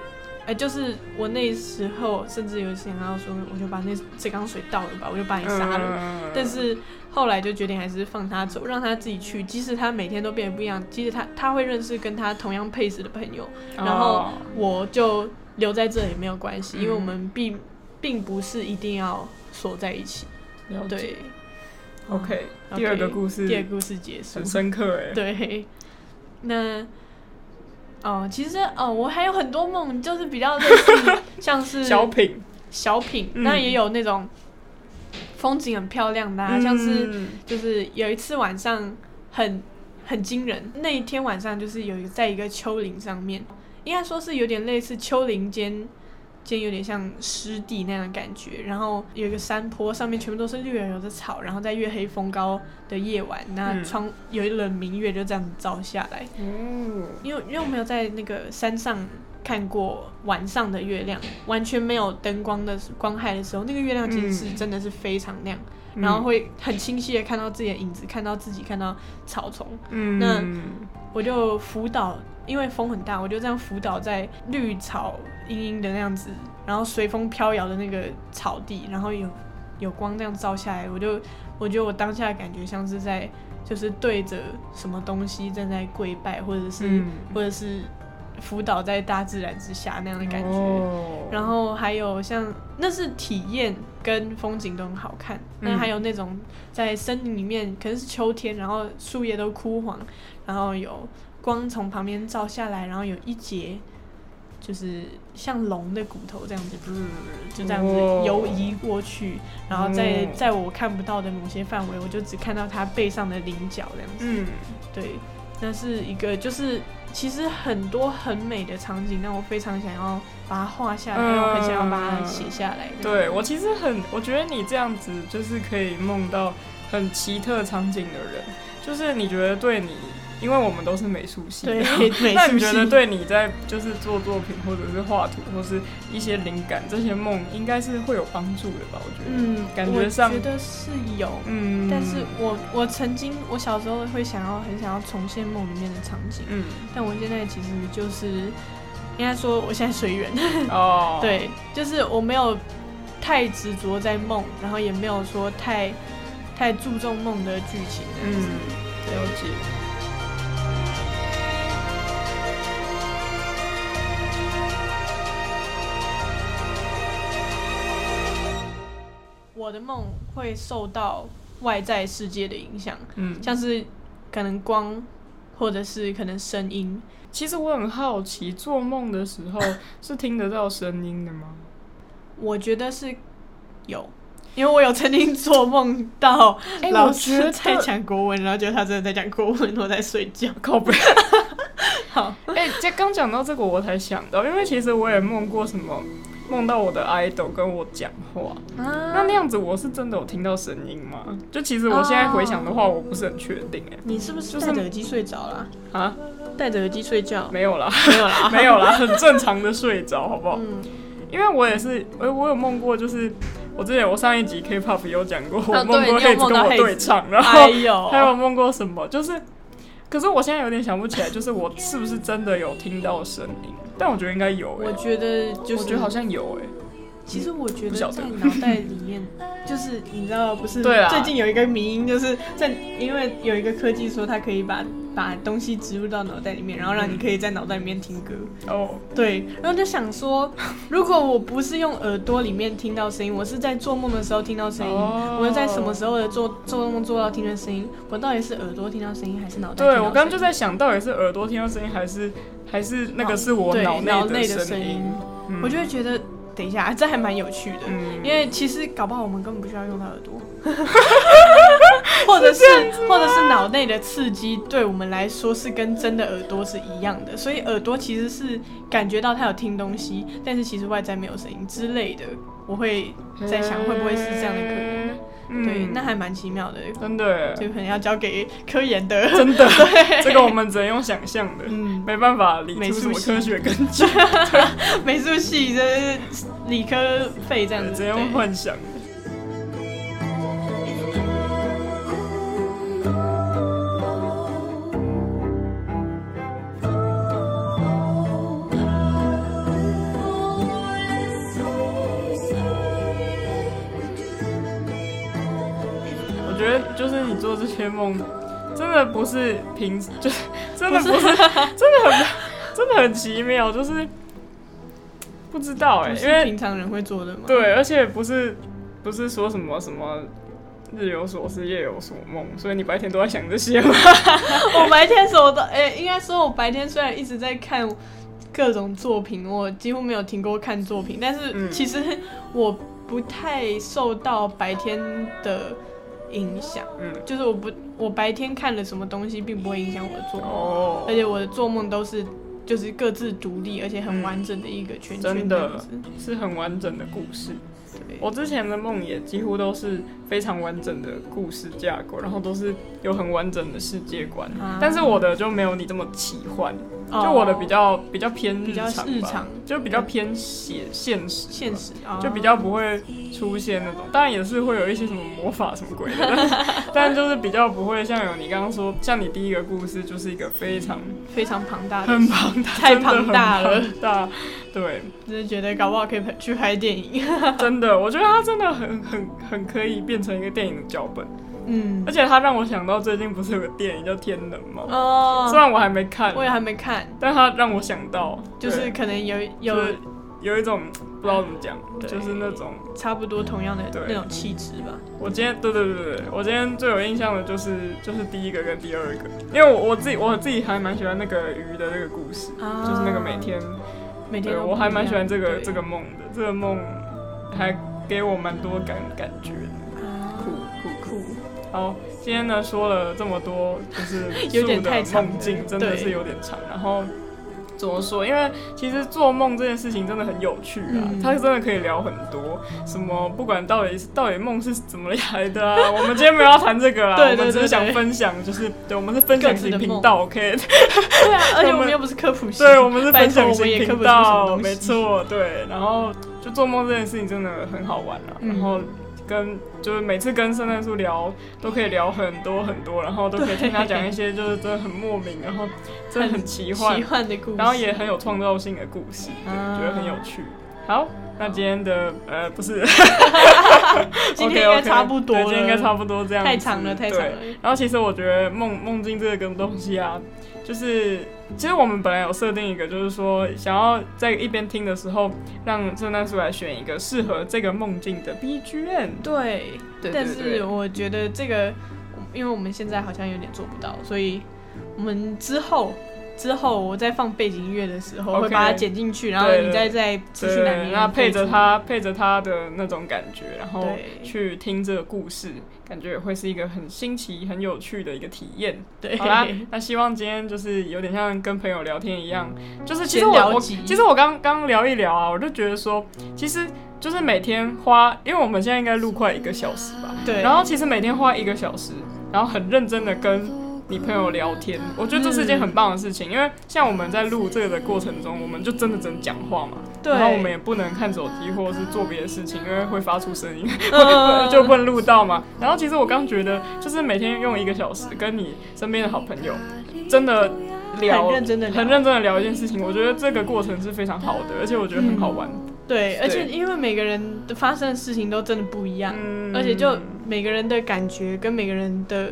Speaker 3: 哎、就是我那时候甚至有想要说，我就把那这缸水倒了吧，我就把你杀了。
Speaker 2: 嗯
Speaker 3: 但是后来就决定还是放他走，让他自己去。即使他每天都变得不一样，即使他他会认识跟他同样配置的朋友，然后
Speaker 2: 哦
Speaker 3: 我就留在这里没有关系，
Speaker 2: 嗯
Speaker 3: 因为我们并并不是一定要锁在一起。
Speaker 2: 了解
Speaker 3: 对，
Speaker 2: ，OK，
Speaker 3: OK，
Speaker 2: 第二个故事
Speaker 3: 第二个故事结束
Speaker 2: 很。深刻哎，
Speaker 3: 对，那哦，其实哦，我还有很多梦，就是比较类 似像是
Speaker 2: 小品，
Speaker 3: 小品，
Speaker 2: 嗯
Speaker 3: 那也有那种风景很漂亮的、
Speaker 2: 嗯
Speaker 3: 啊，像是就是有一次晚上很很惊人，那一天晚上就是有一个在一个丘陵上面，应该说是有点类似丘陵间间有点像湿地那样的感觉，然后有一个山坡，上面全部都是绿油油的草，然后在月黑风高的夜晚，那
Speaker 2: 嗯
Speaker 3: 窗有一轮明月就这样子照下来，
Speaker 2: 嗯
Speaker 3: 因为因为我没有在那个山上看过晚上的月亮，完全没有灯光的光害的时候，那个月亮其实是
Speaker 2: 嗯
Speaker 3: 真的是非常亮，
Speaker 2: 嗯
Speaker 3: 然后会很清晰的看到自己的影子，看到自己，看到草丛。
Speaker 2: 嗯
Speaker 3: 那我就辅导，因为风很大，我就这样辅导在绿草茵茵的那样子，然后随风飘摇的那个草地，然后有有光这样照下来，我就我觉得我当下的感觉像是在就是对着什么东西正在跪拜，或者是、
Speaker 2: 嗯
Speaker 3: 或者是辅导在大自然之下那样的感觉。
Speaker 2: 哦
Speaker 3: 然后还有像那是体验跟风景都很好看，那、
Speaker 2: 嗯
Speaker 3: 还有那种在森林里面，可能是秋天，然后树叶都枯黄，然后有光从旁边照下来，然后有一节就是像龙的骨头这样子，
Speaker 2: 嗯
Speaker 3: 就这样子
Speaker 2: 哦
Speaker 3: 游移过去，然后在
Speaker 2: 哦
Speaker 3: 在我看不到的某些范围，我就只看到它背上的菱角这样子。
Speaker 2: 嗯
Speaker 3: 对，那是一个就是其实很多很美的场景，让我非常想要把它画下来，
Speaker 2: 嗯
Speaker 3: 让我很想要把它写下来。
Speaker 2: 对我其实很，我觉得你这样子就是可以梦到很奇特场景的人，就是你觉得对你因为我们都是美术系的。
Speaker 3: 对， 美
Speaker 2: 那
Speaker 3: 术
Speaker 2: 你觉得
Speaker 3: 系，
Speaker 2: 对你在就是做作品或者是画图或是一些灵感这些梦，应该是会有帮助的吧？我觉得，
Speaker 3: 嗯，
Speaker 2: 感
Speaker 3: 我
Speaker 2: 觉上
Speaker 3: 觉得是有，
Speaker 2: 嗯，
Speaker 3: 但是我我曾经我小时候会想要很想要重现梦里面的场景，
Speaker 2: 嗯，
Speaker 3: 但我现在其实就是应该说我现在随缘，
Speaker 2: 哦，，
Speaker 3: 对，就是我没有太执着在梦，然后也没有说太太注重梦的剧情这样
Speaker 2: 嗯
Speaker 3: 子。，
Speaker 2: 了解。
Speaker 3: 我的梦会受到外在世界的影响，
Speaker 2: 嗯，
Speaker 3: 像是可能光，或者是可能声音，
Speaker 2: 其实我很好奇，做梦的时候是听得到声音的吗？
Speaker 3: 我觉得是有。因为我有曾经做梦到
Speaker 2: 哎
Speaker 3: 老
Speaker 2: 我觉
Speaker 3: 师
Speaker 2: 得
Speaker 3: 在讲国文，然后结果他真的在讲国文，我在睡觉。
Speaker 2: 靠背。
Speaker 3: 好，
Speaker 2: 哎、这刚讲到这个，我才想到，因为其实我也梦过什么，梦到我的 idol 跟我讲话，那
Speaker 3: 那
Speaker 2: 那样子我是真的有听到声音吗？就其实我现在回想的
Speaker 3: 哦
Speaker 2: 话，我不是很确定、
Speaker 3: 你是不是
Speaker 2: 就是
Speaker 3: 戴着耳机睡着啦？
Speaker 2: 哎，啊，
Speaker 3: 戴着耳机睡觉？
Speaker 2: 没有啦，
Speaker 3: 哦没有 啦，
Speaker 2: 没有啦，很正常的睡着，好不好？
Speaker 3: 嗯，
Speaker 2: 因为我也是，呃，我有梦过，就是我之前我上一集 K-pop 有讲过，
Speaker 3: 哦对
Speaker 2: 我梦过
Speaker 3: 你有
Speaker 2: Haze
Speaker 3: 梦
Speaker 2: 跟
Speaker 3: 到
Speaker 2: 我
Speaker 3: Haze
Speaker 2: 对唱，然后
Speaker 3: 哎 呦，
Speaker 2: 还有梦过什么？就是，可是我现在有点想不起来，就是我是不是真的有听到声音？但我觉得应该有、欸，
Speaker 3: 我觉得就是，
Speaker 2: 我觉得好，像有、欸，
Speaker 3: 其实我觉
Speaker 2: 不
Speaker 3: 得
Speaker 2: 晓得
Speaker 3: 在脑袋里面， 就是你知道不是？
Speaker 2: 对啦啊
Speaker 3: 最近有一个迷因，就是在因为有一个科技说它可以把把东西植入到脑袋里面，然后
Speaker 2: 嗯
Speaker 3: 让你可以在脑袋里面听歌。
Speaker 2: 哦，
Speaker 3: 对，然后就想说， 如果我不是用耳朵里面听到声音，我是在做梦的时候听到声音，
Speaker 2: 哦
Speaker 3: 我是在什么时候的做做梦做到听的声音？我到底是耳朵听到声音，还是脑袋听到
Speaker 2: 对
Speaker 3: 声音？
Speaker 2: 我刚刚就在想到底是耳朵听到声音，还是还是那个是我
Speaker 3: 对
Speaker 2: 脑
Speaker 3: 脑内的
Speaker 2: 的
Speaker 3: 声
Speaker 2: 音
Speaker 3: 音？
Speaker 2: 嗯
Speaker 3: 我就会觉得，等一下，这还蛮有趣的，
Speaker 2: 嗯
Speaker 3: 因为其实搞不好我们根本不需要用到耳朵，或者是或者是脑内的刺激对我们来说是跟真的耳朵是一样的，所以耳朵其实是感觉到它有听东西，但是其实外在没有声音之类的，我会在想会不会是这样的可能，
Speaker 2: 能。嗯
Speaker 3: 对，那还蛮奇妙的，
Speaker 2: 真的
Speaker 3: 就
Speaker 2: 欸，
Speaker 3: 可能要交给科研的，
Speaker 2: 真的，这个我们只能用想象的，
Speaker 3: 嗯，
Speaker 2: 没办法理
Speaker 3: 美
Speaker 2: 出什么
Speaker 3: 术系
Speaker 2: 科学根据，
Speaker 3: 美术系这是理科费这样
Speaker 2: 只
Speaker 3: 子，
Speaker 2: 能用
Speaker 3: 对
Speaker 2: 幻想的。我觉得就是你做这些梦，真的不是平， 就是真的不是，真的很，真的很奇妙，就是不知道哎、
Speaker 3: 不
Speaker 2: 因为
Speaker 3: 是平常人会做的吗？
Speaker 2: 对，而且不是不是说什么什么日有所思夜有所梦，所以你白天都在想这些吗？
Speaker 3: 我白天什么都，哎、应该说我白天虽然一直在看各种作品，我几乎没有停过看作品，但是
Speaker 2: 嗯
Speaker 3: 其实我不太受到白天的影响，
Speaker 2: 嗯，
Speaker 3: 就是我不我白天看了什么东西，并不会影响我的做梦，
Speaker 2: 哦
Speaker 3: 而，且我的做梦都是就是各自独立，而且
Speaker 2: 嗯
Speaker 3: 很完整的一个圈圈
Speaker 2: 真
Speaker 3: 这
Speaker 2: 的
Speaker 3: 样子。
Speaker 2: 是很完整的故事。
Speaker 3: 对，
Speaker 2: 我之前的梦也几乎都是非常完整的故事架构，然后都是有很完整的世界观，
Speaker 3: 啊
Speaker 2: 但是我的就没有你这么奇幻，
Speaker 3: 哦
Speaker 2: 就我的比较比较偏
Speaker 3: 比较
Speaker 2: 常吧，
Speaker 3: 日常
Speaker 2: 就比较偏写现实吧，
Speaker 3: 现实，啊
Speaker 2: 就比较不会出现那种，当然也是会有一些什么魔法什么鬼的，但是 但就是比较不会像有你刚刚说，像你第一个故事就是一个非常
Speaker 3: 非常庞大的，
Speaker 2: 很庞大，
Speaker 3: 太庞大
Speaker 2: 真
Speaker 3: 了
Speaker 2: 的很庞大，对，
Speaker 3: 就是觉得搞不好可以拍去拍电影。
Speaker 2: 真的，我觉得它真的很很很可以变成一个电影的脚本，
Speaker 3: 嗯
Speaker 2: 而，且它让我想到最近不是有个电影叫《天能》吗？
Speaker 3: 哦
Speaker 2: 虽然我还没看，
Speaker 3: 我也还没看，
Speaker 2: 但它让我想到，
Speaker 3: 就是
Speaker 2: 对
Speaker 3: 可能有
Speaker 2: 就是
Speaker 3: 有
Speaker 2: 有一种不知道怎么讲，
Speaker 3: 对
Speaker 2: 就是那种
Speaker 3: 差不多同样的
Speaker 2: 对
Speaker 3: 那种气质吧。
Speaker 2: 我今天对对对对，我今天最有印象的就是就是第一个跟第二个，因为我我自己我自己还蛮喜欢那个鱼的那个故事，
Speaker 3: 啊
Speaker 2: 就是那个每天，
Speaker 3: 每天
Speaker 2: 对
Speaker 3: 都不
Speaker 2: 我
Speaker 3: 一样
Speaker 2: 还蛮喜欢这个
Speaker 3: 对
Speaker 2: 这个梦的，这个梦还给我蛮多感感觉的，
Speaker 3: 啊
Speaker 2: 酷酷酷。好，哦今天呢说了这么多，就是
Speaker 3: 有点太
Speaker 2: 树的
Speaker 3: 长
Speaker 2: 梦境
Speaker 3: 了
Speaker 2: 真的
Speaker 3: 对
Speaker 2: 是有点长，然后怎么说？因为其实做梦这件事情真的很有趣啊，
Speaker 3: 嗯
Speaker 2: 它真的可以聊很多，什么不管到底是到底梦是怎么来的啊。我们今天没有要谈这个啦，
Speaker 3: 对
Speaker 2: 我们只
Speaker 3: 对对
Speaker 2: 是想分享，就是对，我们是分享型频道，OK？
Speaker 3: 对啊，而且我
Speaker 2: 我们
Speaker 3: 们又不是科普系，
Speaker 2: 对，我们是
Speaker 3: 拜
Speaker 2: 分
Speaker 3: 托
Speaker 2: 享
Speaker 3: 我
Speaker 2: 型
Speaker 3: 们也科
Speaker 2: 频
Speaker 3: 普出什么
Speaker 2: 道，
Speaker 3: 东西。
Speaker 2: 没，错，对。然后就做梦这件事情真的很好玩啊，
Speaker 3: 嗯
Speaker 2: 然后。跟就是每次跟圣诞树聊，都可以聊很多很多，然后都可以听他
Speaker 3: 对
Speaker 2: 讲一些就是真的很莫名，然后真的很奇幻
Speaker 3: 奇，幻的故事，
Speaker 2: 然后也很有创造性的故事，对
Speaker 3: 啊
Speaker 2: 觉得很有趣。好，那今天的呃不是，
Speaker 3: 今天应 该
Speaker 2: OK，OK，
Speaker 3: 差不多
Speaker 2: 对
Speaker 3: 了，
Speaker 2: 今天应该差不多这样子。
Speaker 3: 太长了，太长
Speaker 2: 对
Speaker 3: 了。
Speaker 2: 然后其实我觉得梦梦境这个东西啊，就是其实我们本来有设定一个，就是说想要在一边听的时候，让圣诞树来选一个适合这个梦境的 BGM。
Speaker 3: 对，
Speaker 2: 对
Speaker 3: 但
Speaker 2: 对
Speaker 3: 是
Speaker 2: 对
Speaker 3: 我觉得这个，嗯因为我们现在好像有点做不到，所以我们之后之后我在放背景音乐的时候
Speaker 2: OK
Speaker 3: 会把它剪进去，然后
Speaker 2: 对
Speaker 3: 你再再持续来
Speaker 2: 对，那配着
Speaker 3: 它，
Speaker 2: 它配着它的那种感觉，然后
Speaker 3: 对
Speaker 2: 去听这个故事，感觉会是一个很新奇、很有趣的一个体验。
Speaker 3: 对，
Speaker 2: 好啦，那希望今天就是有点像跟朋友聊天一样，就是其实
Speaker 3: 闲聊
Speaker 2: 我我
Speaker 3: 集
Speaker 2: 其实我刚刚聊一聊啊，我就觉得说，其实就是每天花，因为我们现在应该录快一个小时吧，
Speaker 3: 对，
Speaker 2: 然后其实每天花一个小时，然后很认真的跟你朋友聊天，我觉得这是一件很棒的事
Speaker 3: 嗯
Speaker 2: 情，因为像我们在录这个的过程中，我们就真的只能讲话嘛，
Speaker 3: 对
Speaker 2: 然后我们也不能看手机或者是做别的事情，因为会发出声音，
Speaker 3: 嗯
Speaker 2: 就问路到嘛。然后其实我刚觉得，就是每天用一个小时跟你身边的好朋友真的聊，
Speaker 3: 很认真地聊
Speaker 2: 很认真的聊一件事情，我觉得这个过程是非常好的，而且我觉得很好玩。
Speaker 3: 对，而且因为每个人的发生的事情都真的不一样，
Speaker 2: 嗯
Speaker 3: 而且就每个人的感觉跟每个人的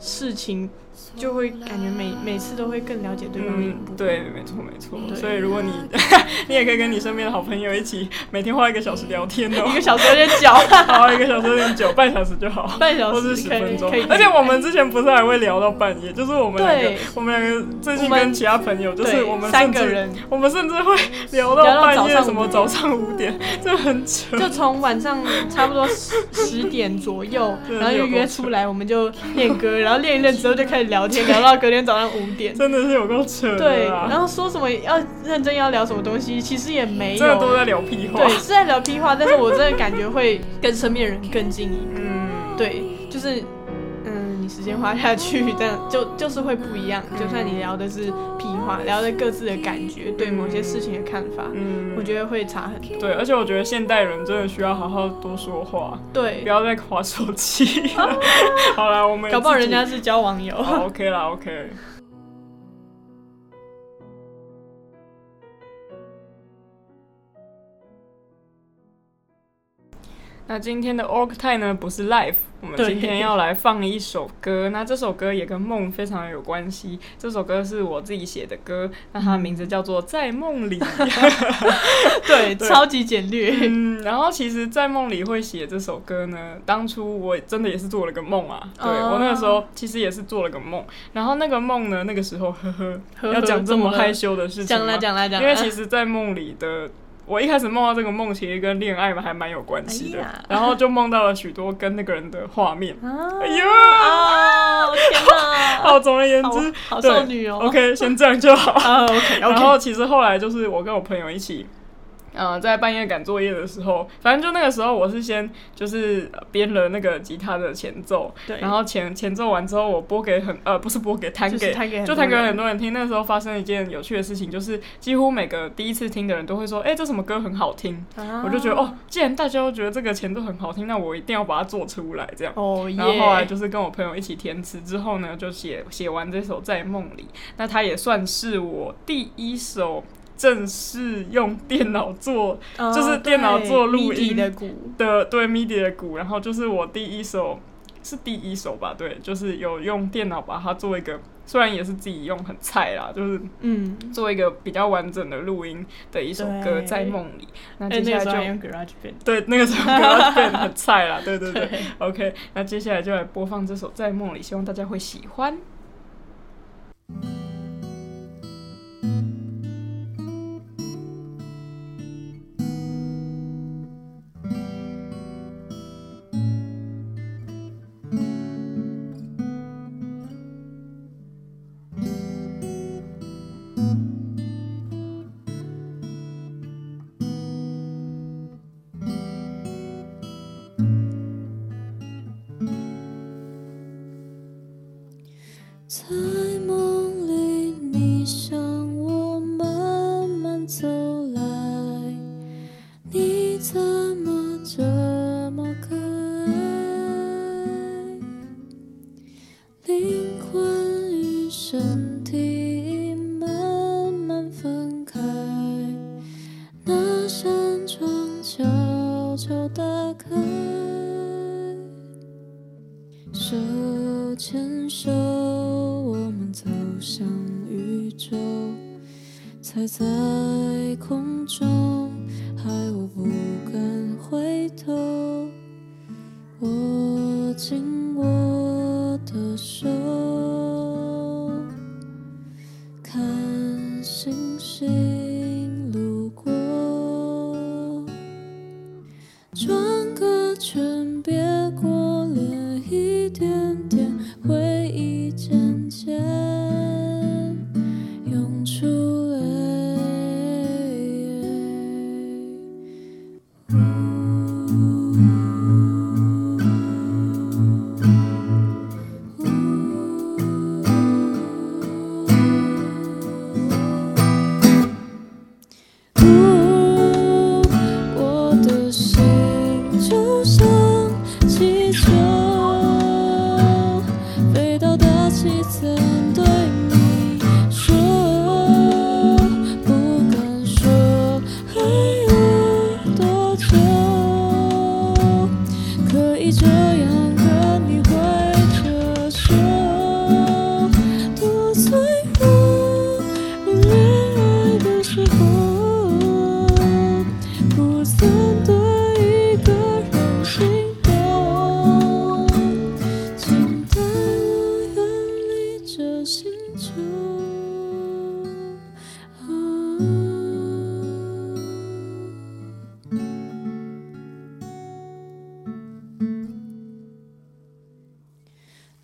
Speaker 3: 事情，就会感觉每每次都会更了解对方的一
Speaker 2: 嗯
Speaker 3: 步。，
Speaker 2: 对，没错没错。
Speaker 3: 对
Speaker 2: 所以如果你 你也可以跟你身边的好朋友一起，每天花一个小时聊天哦
Speaker 3: 一，个小时有点 久，
Speaker 2: 好，一个小时有点久，半小时就好。
Speaker 3: 半小
Speaker 2: 或
Speaker 3: 时
Speaker 2: 是十
Speaker 3: 可以
Speaker 2: 分钟
Speaker 3: 可以，
Speaker 2: 而且我们之前不是还会聊到半夜，就是我们两个
Speaker 3: 对，
Speaker 2: 我们两个最近
Speaker 3: 我们
Speaker 2: 跟其他朋友，就是
Speaker 3: 对
Speaker 2: 我们
Speaker 3: 三
Speaker 2: 甚至
Speaker 3: 个人，
Speaker 2: 我们甚至会聊到
Speaker 3: 聊到
Speaker 2: 半夜，
Speaker 3: 早上
Speaker 2: 什么
Speaker 3: 5
Speaker 2: 早上五点，这很扯。
Speaker 3: 就从晚上差不多十十点左 右，
Speaker 2: 真的是
Speaker 3: 然后就约出来，我们就练 歌，然后练一练之后就开始聊天，聊到隔天早上五点。
Speaker 2: 真的啊是有够扯
Speaker 3: 对，
Speaker 2: 的
Speaker 3: 然
Speaker 2: 啦！
Speaker 3: 后说什么要认真要聊什么东西，其实也没
Speaker 2: 真的都
Speaker 3: 有。
Speaker 2: 在聊屁话
Speaker 3: 对，。是在聊屁话，但是我真的感觉会跟身边的人更近一点。
Speaker 2: 嗯，
Speaker 3: 对，就是嗯，你时间花下去，但就就是会不一样。就算你聊的是屁话，聊的各自的感觉，对某些事情的看法，
Speaker 2: 嗯
Speaker 3: 我觉得会差很多。
Speaker 2: 对，而且我觉得现代人真的需要好好多说话，
Speaker 3: 对
Speaker 2: 不，要再划手机。 好啦，我们
Speaker 3: 搞不好
Speaker 2: 自
Speaker 3: 人
Speaker 2: 己
Speaker 3: 家是交网友。
Speaker 2: 好 OK 啦，OK。那今天的 Org Time 呢，不是 Live，我们
Speaker 3: 对
Speaker 2: 今天要来放一首歌。那这首歌也跟梦非常有关系，这首歌是我自己写的歌，那它的名字叫做《在梦 里》。
Speaker 3: 对，
Speaker 2: 对
Speaker 3: 超级简略。
Speaker 2: 嗯，然后其实，在梦里会写这首歌呢。当初我真的也是做了个梦啊，对、
Speaker 3: 哦
Speaker 2: 我那个时候其实也是做了个梦。然后那个梦呢，那个时候呵呵，
Speaker 3: 呵
Speaker 2: 嗯
Speaker 3: 呵
Speaker 2: 要讲这
Speaker 3: 怎么
Speaker 2: 么
Speaker 3: 了
Speaker 2: 害羞的事情
Speaker 3: 讲
Speaker 2: 吗
Speaker 3: 啦讲啦讲
Speaker 2: 因
Speaker 3: 啦，
Speaker 2: 为其实，在梦里的我一开始梦到这个梦，其实跟恋爱还蛮有关系的、
Speaker 3: 哎呀
Speaker 2: 然后就梦到了许多跟那个人的画面。
Speaker 3: 啊
Speaker 2: 哎呦，
Speaker 3: 啊，我天 哪，
Speaker 2: 好，总而言
Speaker 3: 好
Speaker 2: 之，
Speaker 3: 好
Speaker 2: 对
Speaker 3: 少女哦。
Speaker 2: OK，先这样就 好。
Speaker 3: 啊 ，OK
Speaker 2: 然
Speaker 3: OK，
Speaker 2: 后其实后来就是我跟我朋友一起，呃，在半夜赶作业的时候，反正就那个时候我是先就是呃编了那个吉他的前奏，
Speaker 3: 对，
Speaker 2: 然后前前奏完之后我播给很呃不是播给弹
Speaker 3: 就是
Speaker 2: 给
Speaker 3: 弹给很
Speaker 2: 就
Speaker 3: 多
Speaker 2: 弹给
Speaker 3: 人
Speaker 2: 很多人听。那时候发生一件有趣的事情，就是几乎每个第一次听的人都会说，哎、这什么歌很好听。
Speaker 3: 啊
Speaker 2: 我就觉得哦，既然大家都觉得这个前奏很好听，那我一定要把它做出来，这 样。
Speaker 3: 哦耶，
Speaker 2: 然后后来就是跟我朋友一起填词之后呢，就写写完这首《在梦里》，那它也算是我第一首正式用电脑做
Speaker 3: 啊
Speaker 2: 就是电脑
Speaker 3: 对
Speaker 2: 做录
Speaker 3: MIDI
Speaker 2: 音
Speaker 3: 的鼓，
Speaker 2: 的对 MIDI 的鼓，然后就是我第一首是第一首吧，对，就是有用电脑把它做一个，虽然也是自己用很菜啦，就是
Speaker 3: 嗯，
Speaker 2: 做一个比较完整的录音的一首歌
Speaker 3: 对
Speaker 2: 《在梦里》。那
Speaker 3: 哎，
Speaker 2: 接
Speaker 3: 那
Speaker 2: 下
Speaker 3: 个时候还
Speaker 2: 来就
Speaker 3: 用 GarageBand，
Speaker 2: 对那个时候 GarageBand 很菜啦，对对 对。
Speaker 3: 对，
Speaker 2: OK，那接下来就来播放这首《在梦里》，希望大家会喜欢。
Speaker 4: 在梦里，
Speaker 1: 在梦里，你向我慢慢走来，你怎么这么可爱？灵魂与身体已慢慢分开，那扇窗悄悄打开。手牵手，我们走向宇宙，踩在空中，害我不敢回头。握紧我的手，看星星路过。转个圈，别过脸，一点点回忆渐渐涌出来。呜，我的心就像气球，飞到大气层，对你说，不敢说还有多久，可以这样跟你挥着手，多脆弱，恋爱的时候，不曾对一个人心动，请带我远离这星球。啊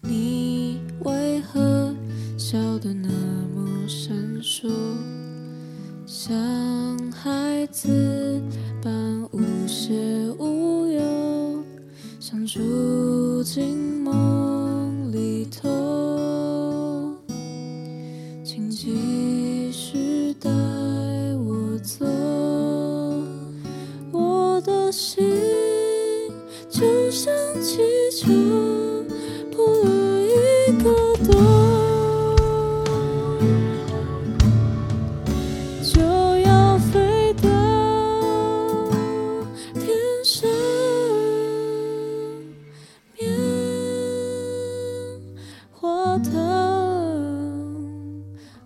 Speaker 1: 你为何笑得那么闪烁，像孩子般无邪无忧，想住进梦里头，请继续带我走，我的心就像气球。破了一个洞，就要飞到天上棉花糖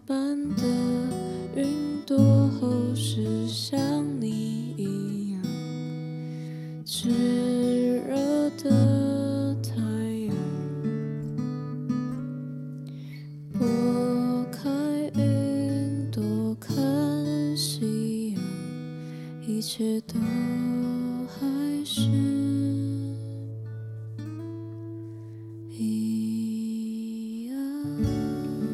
Speaker 1: 般的云朵厚实，像你一样。炙热的太阳，拨开云朵看夕阳，一切都还是一样。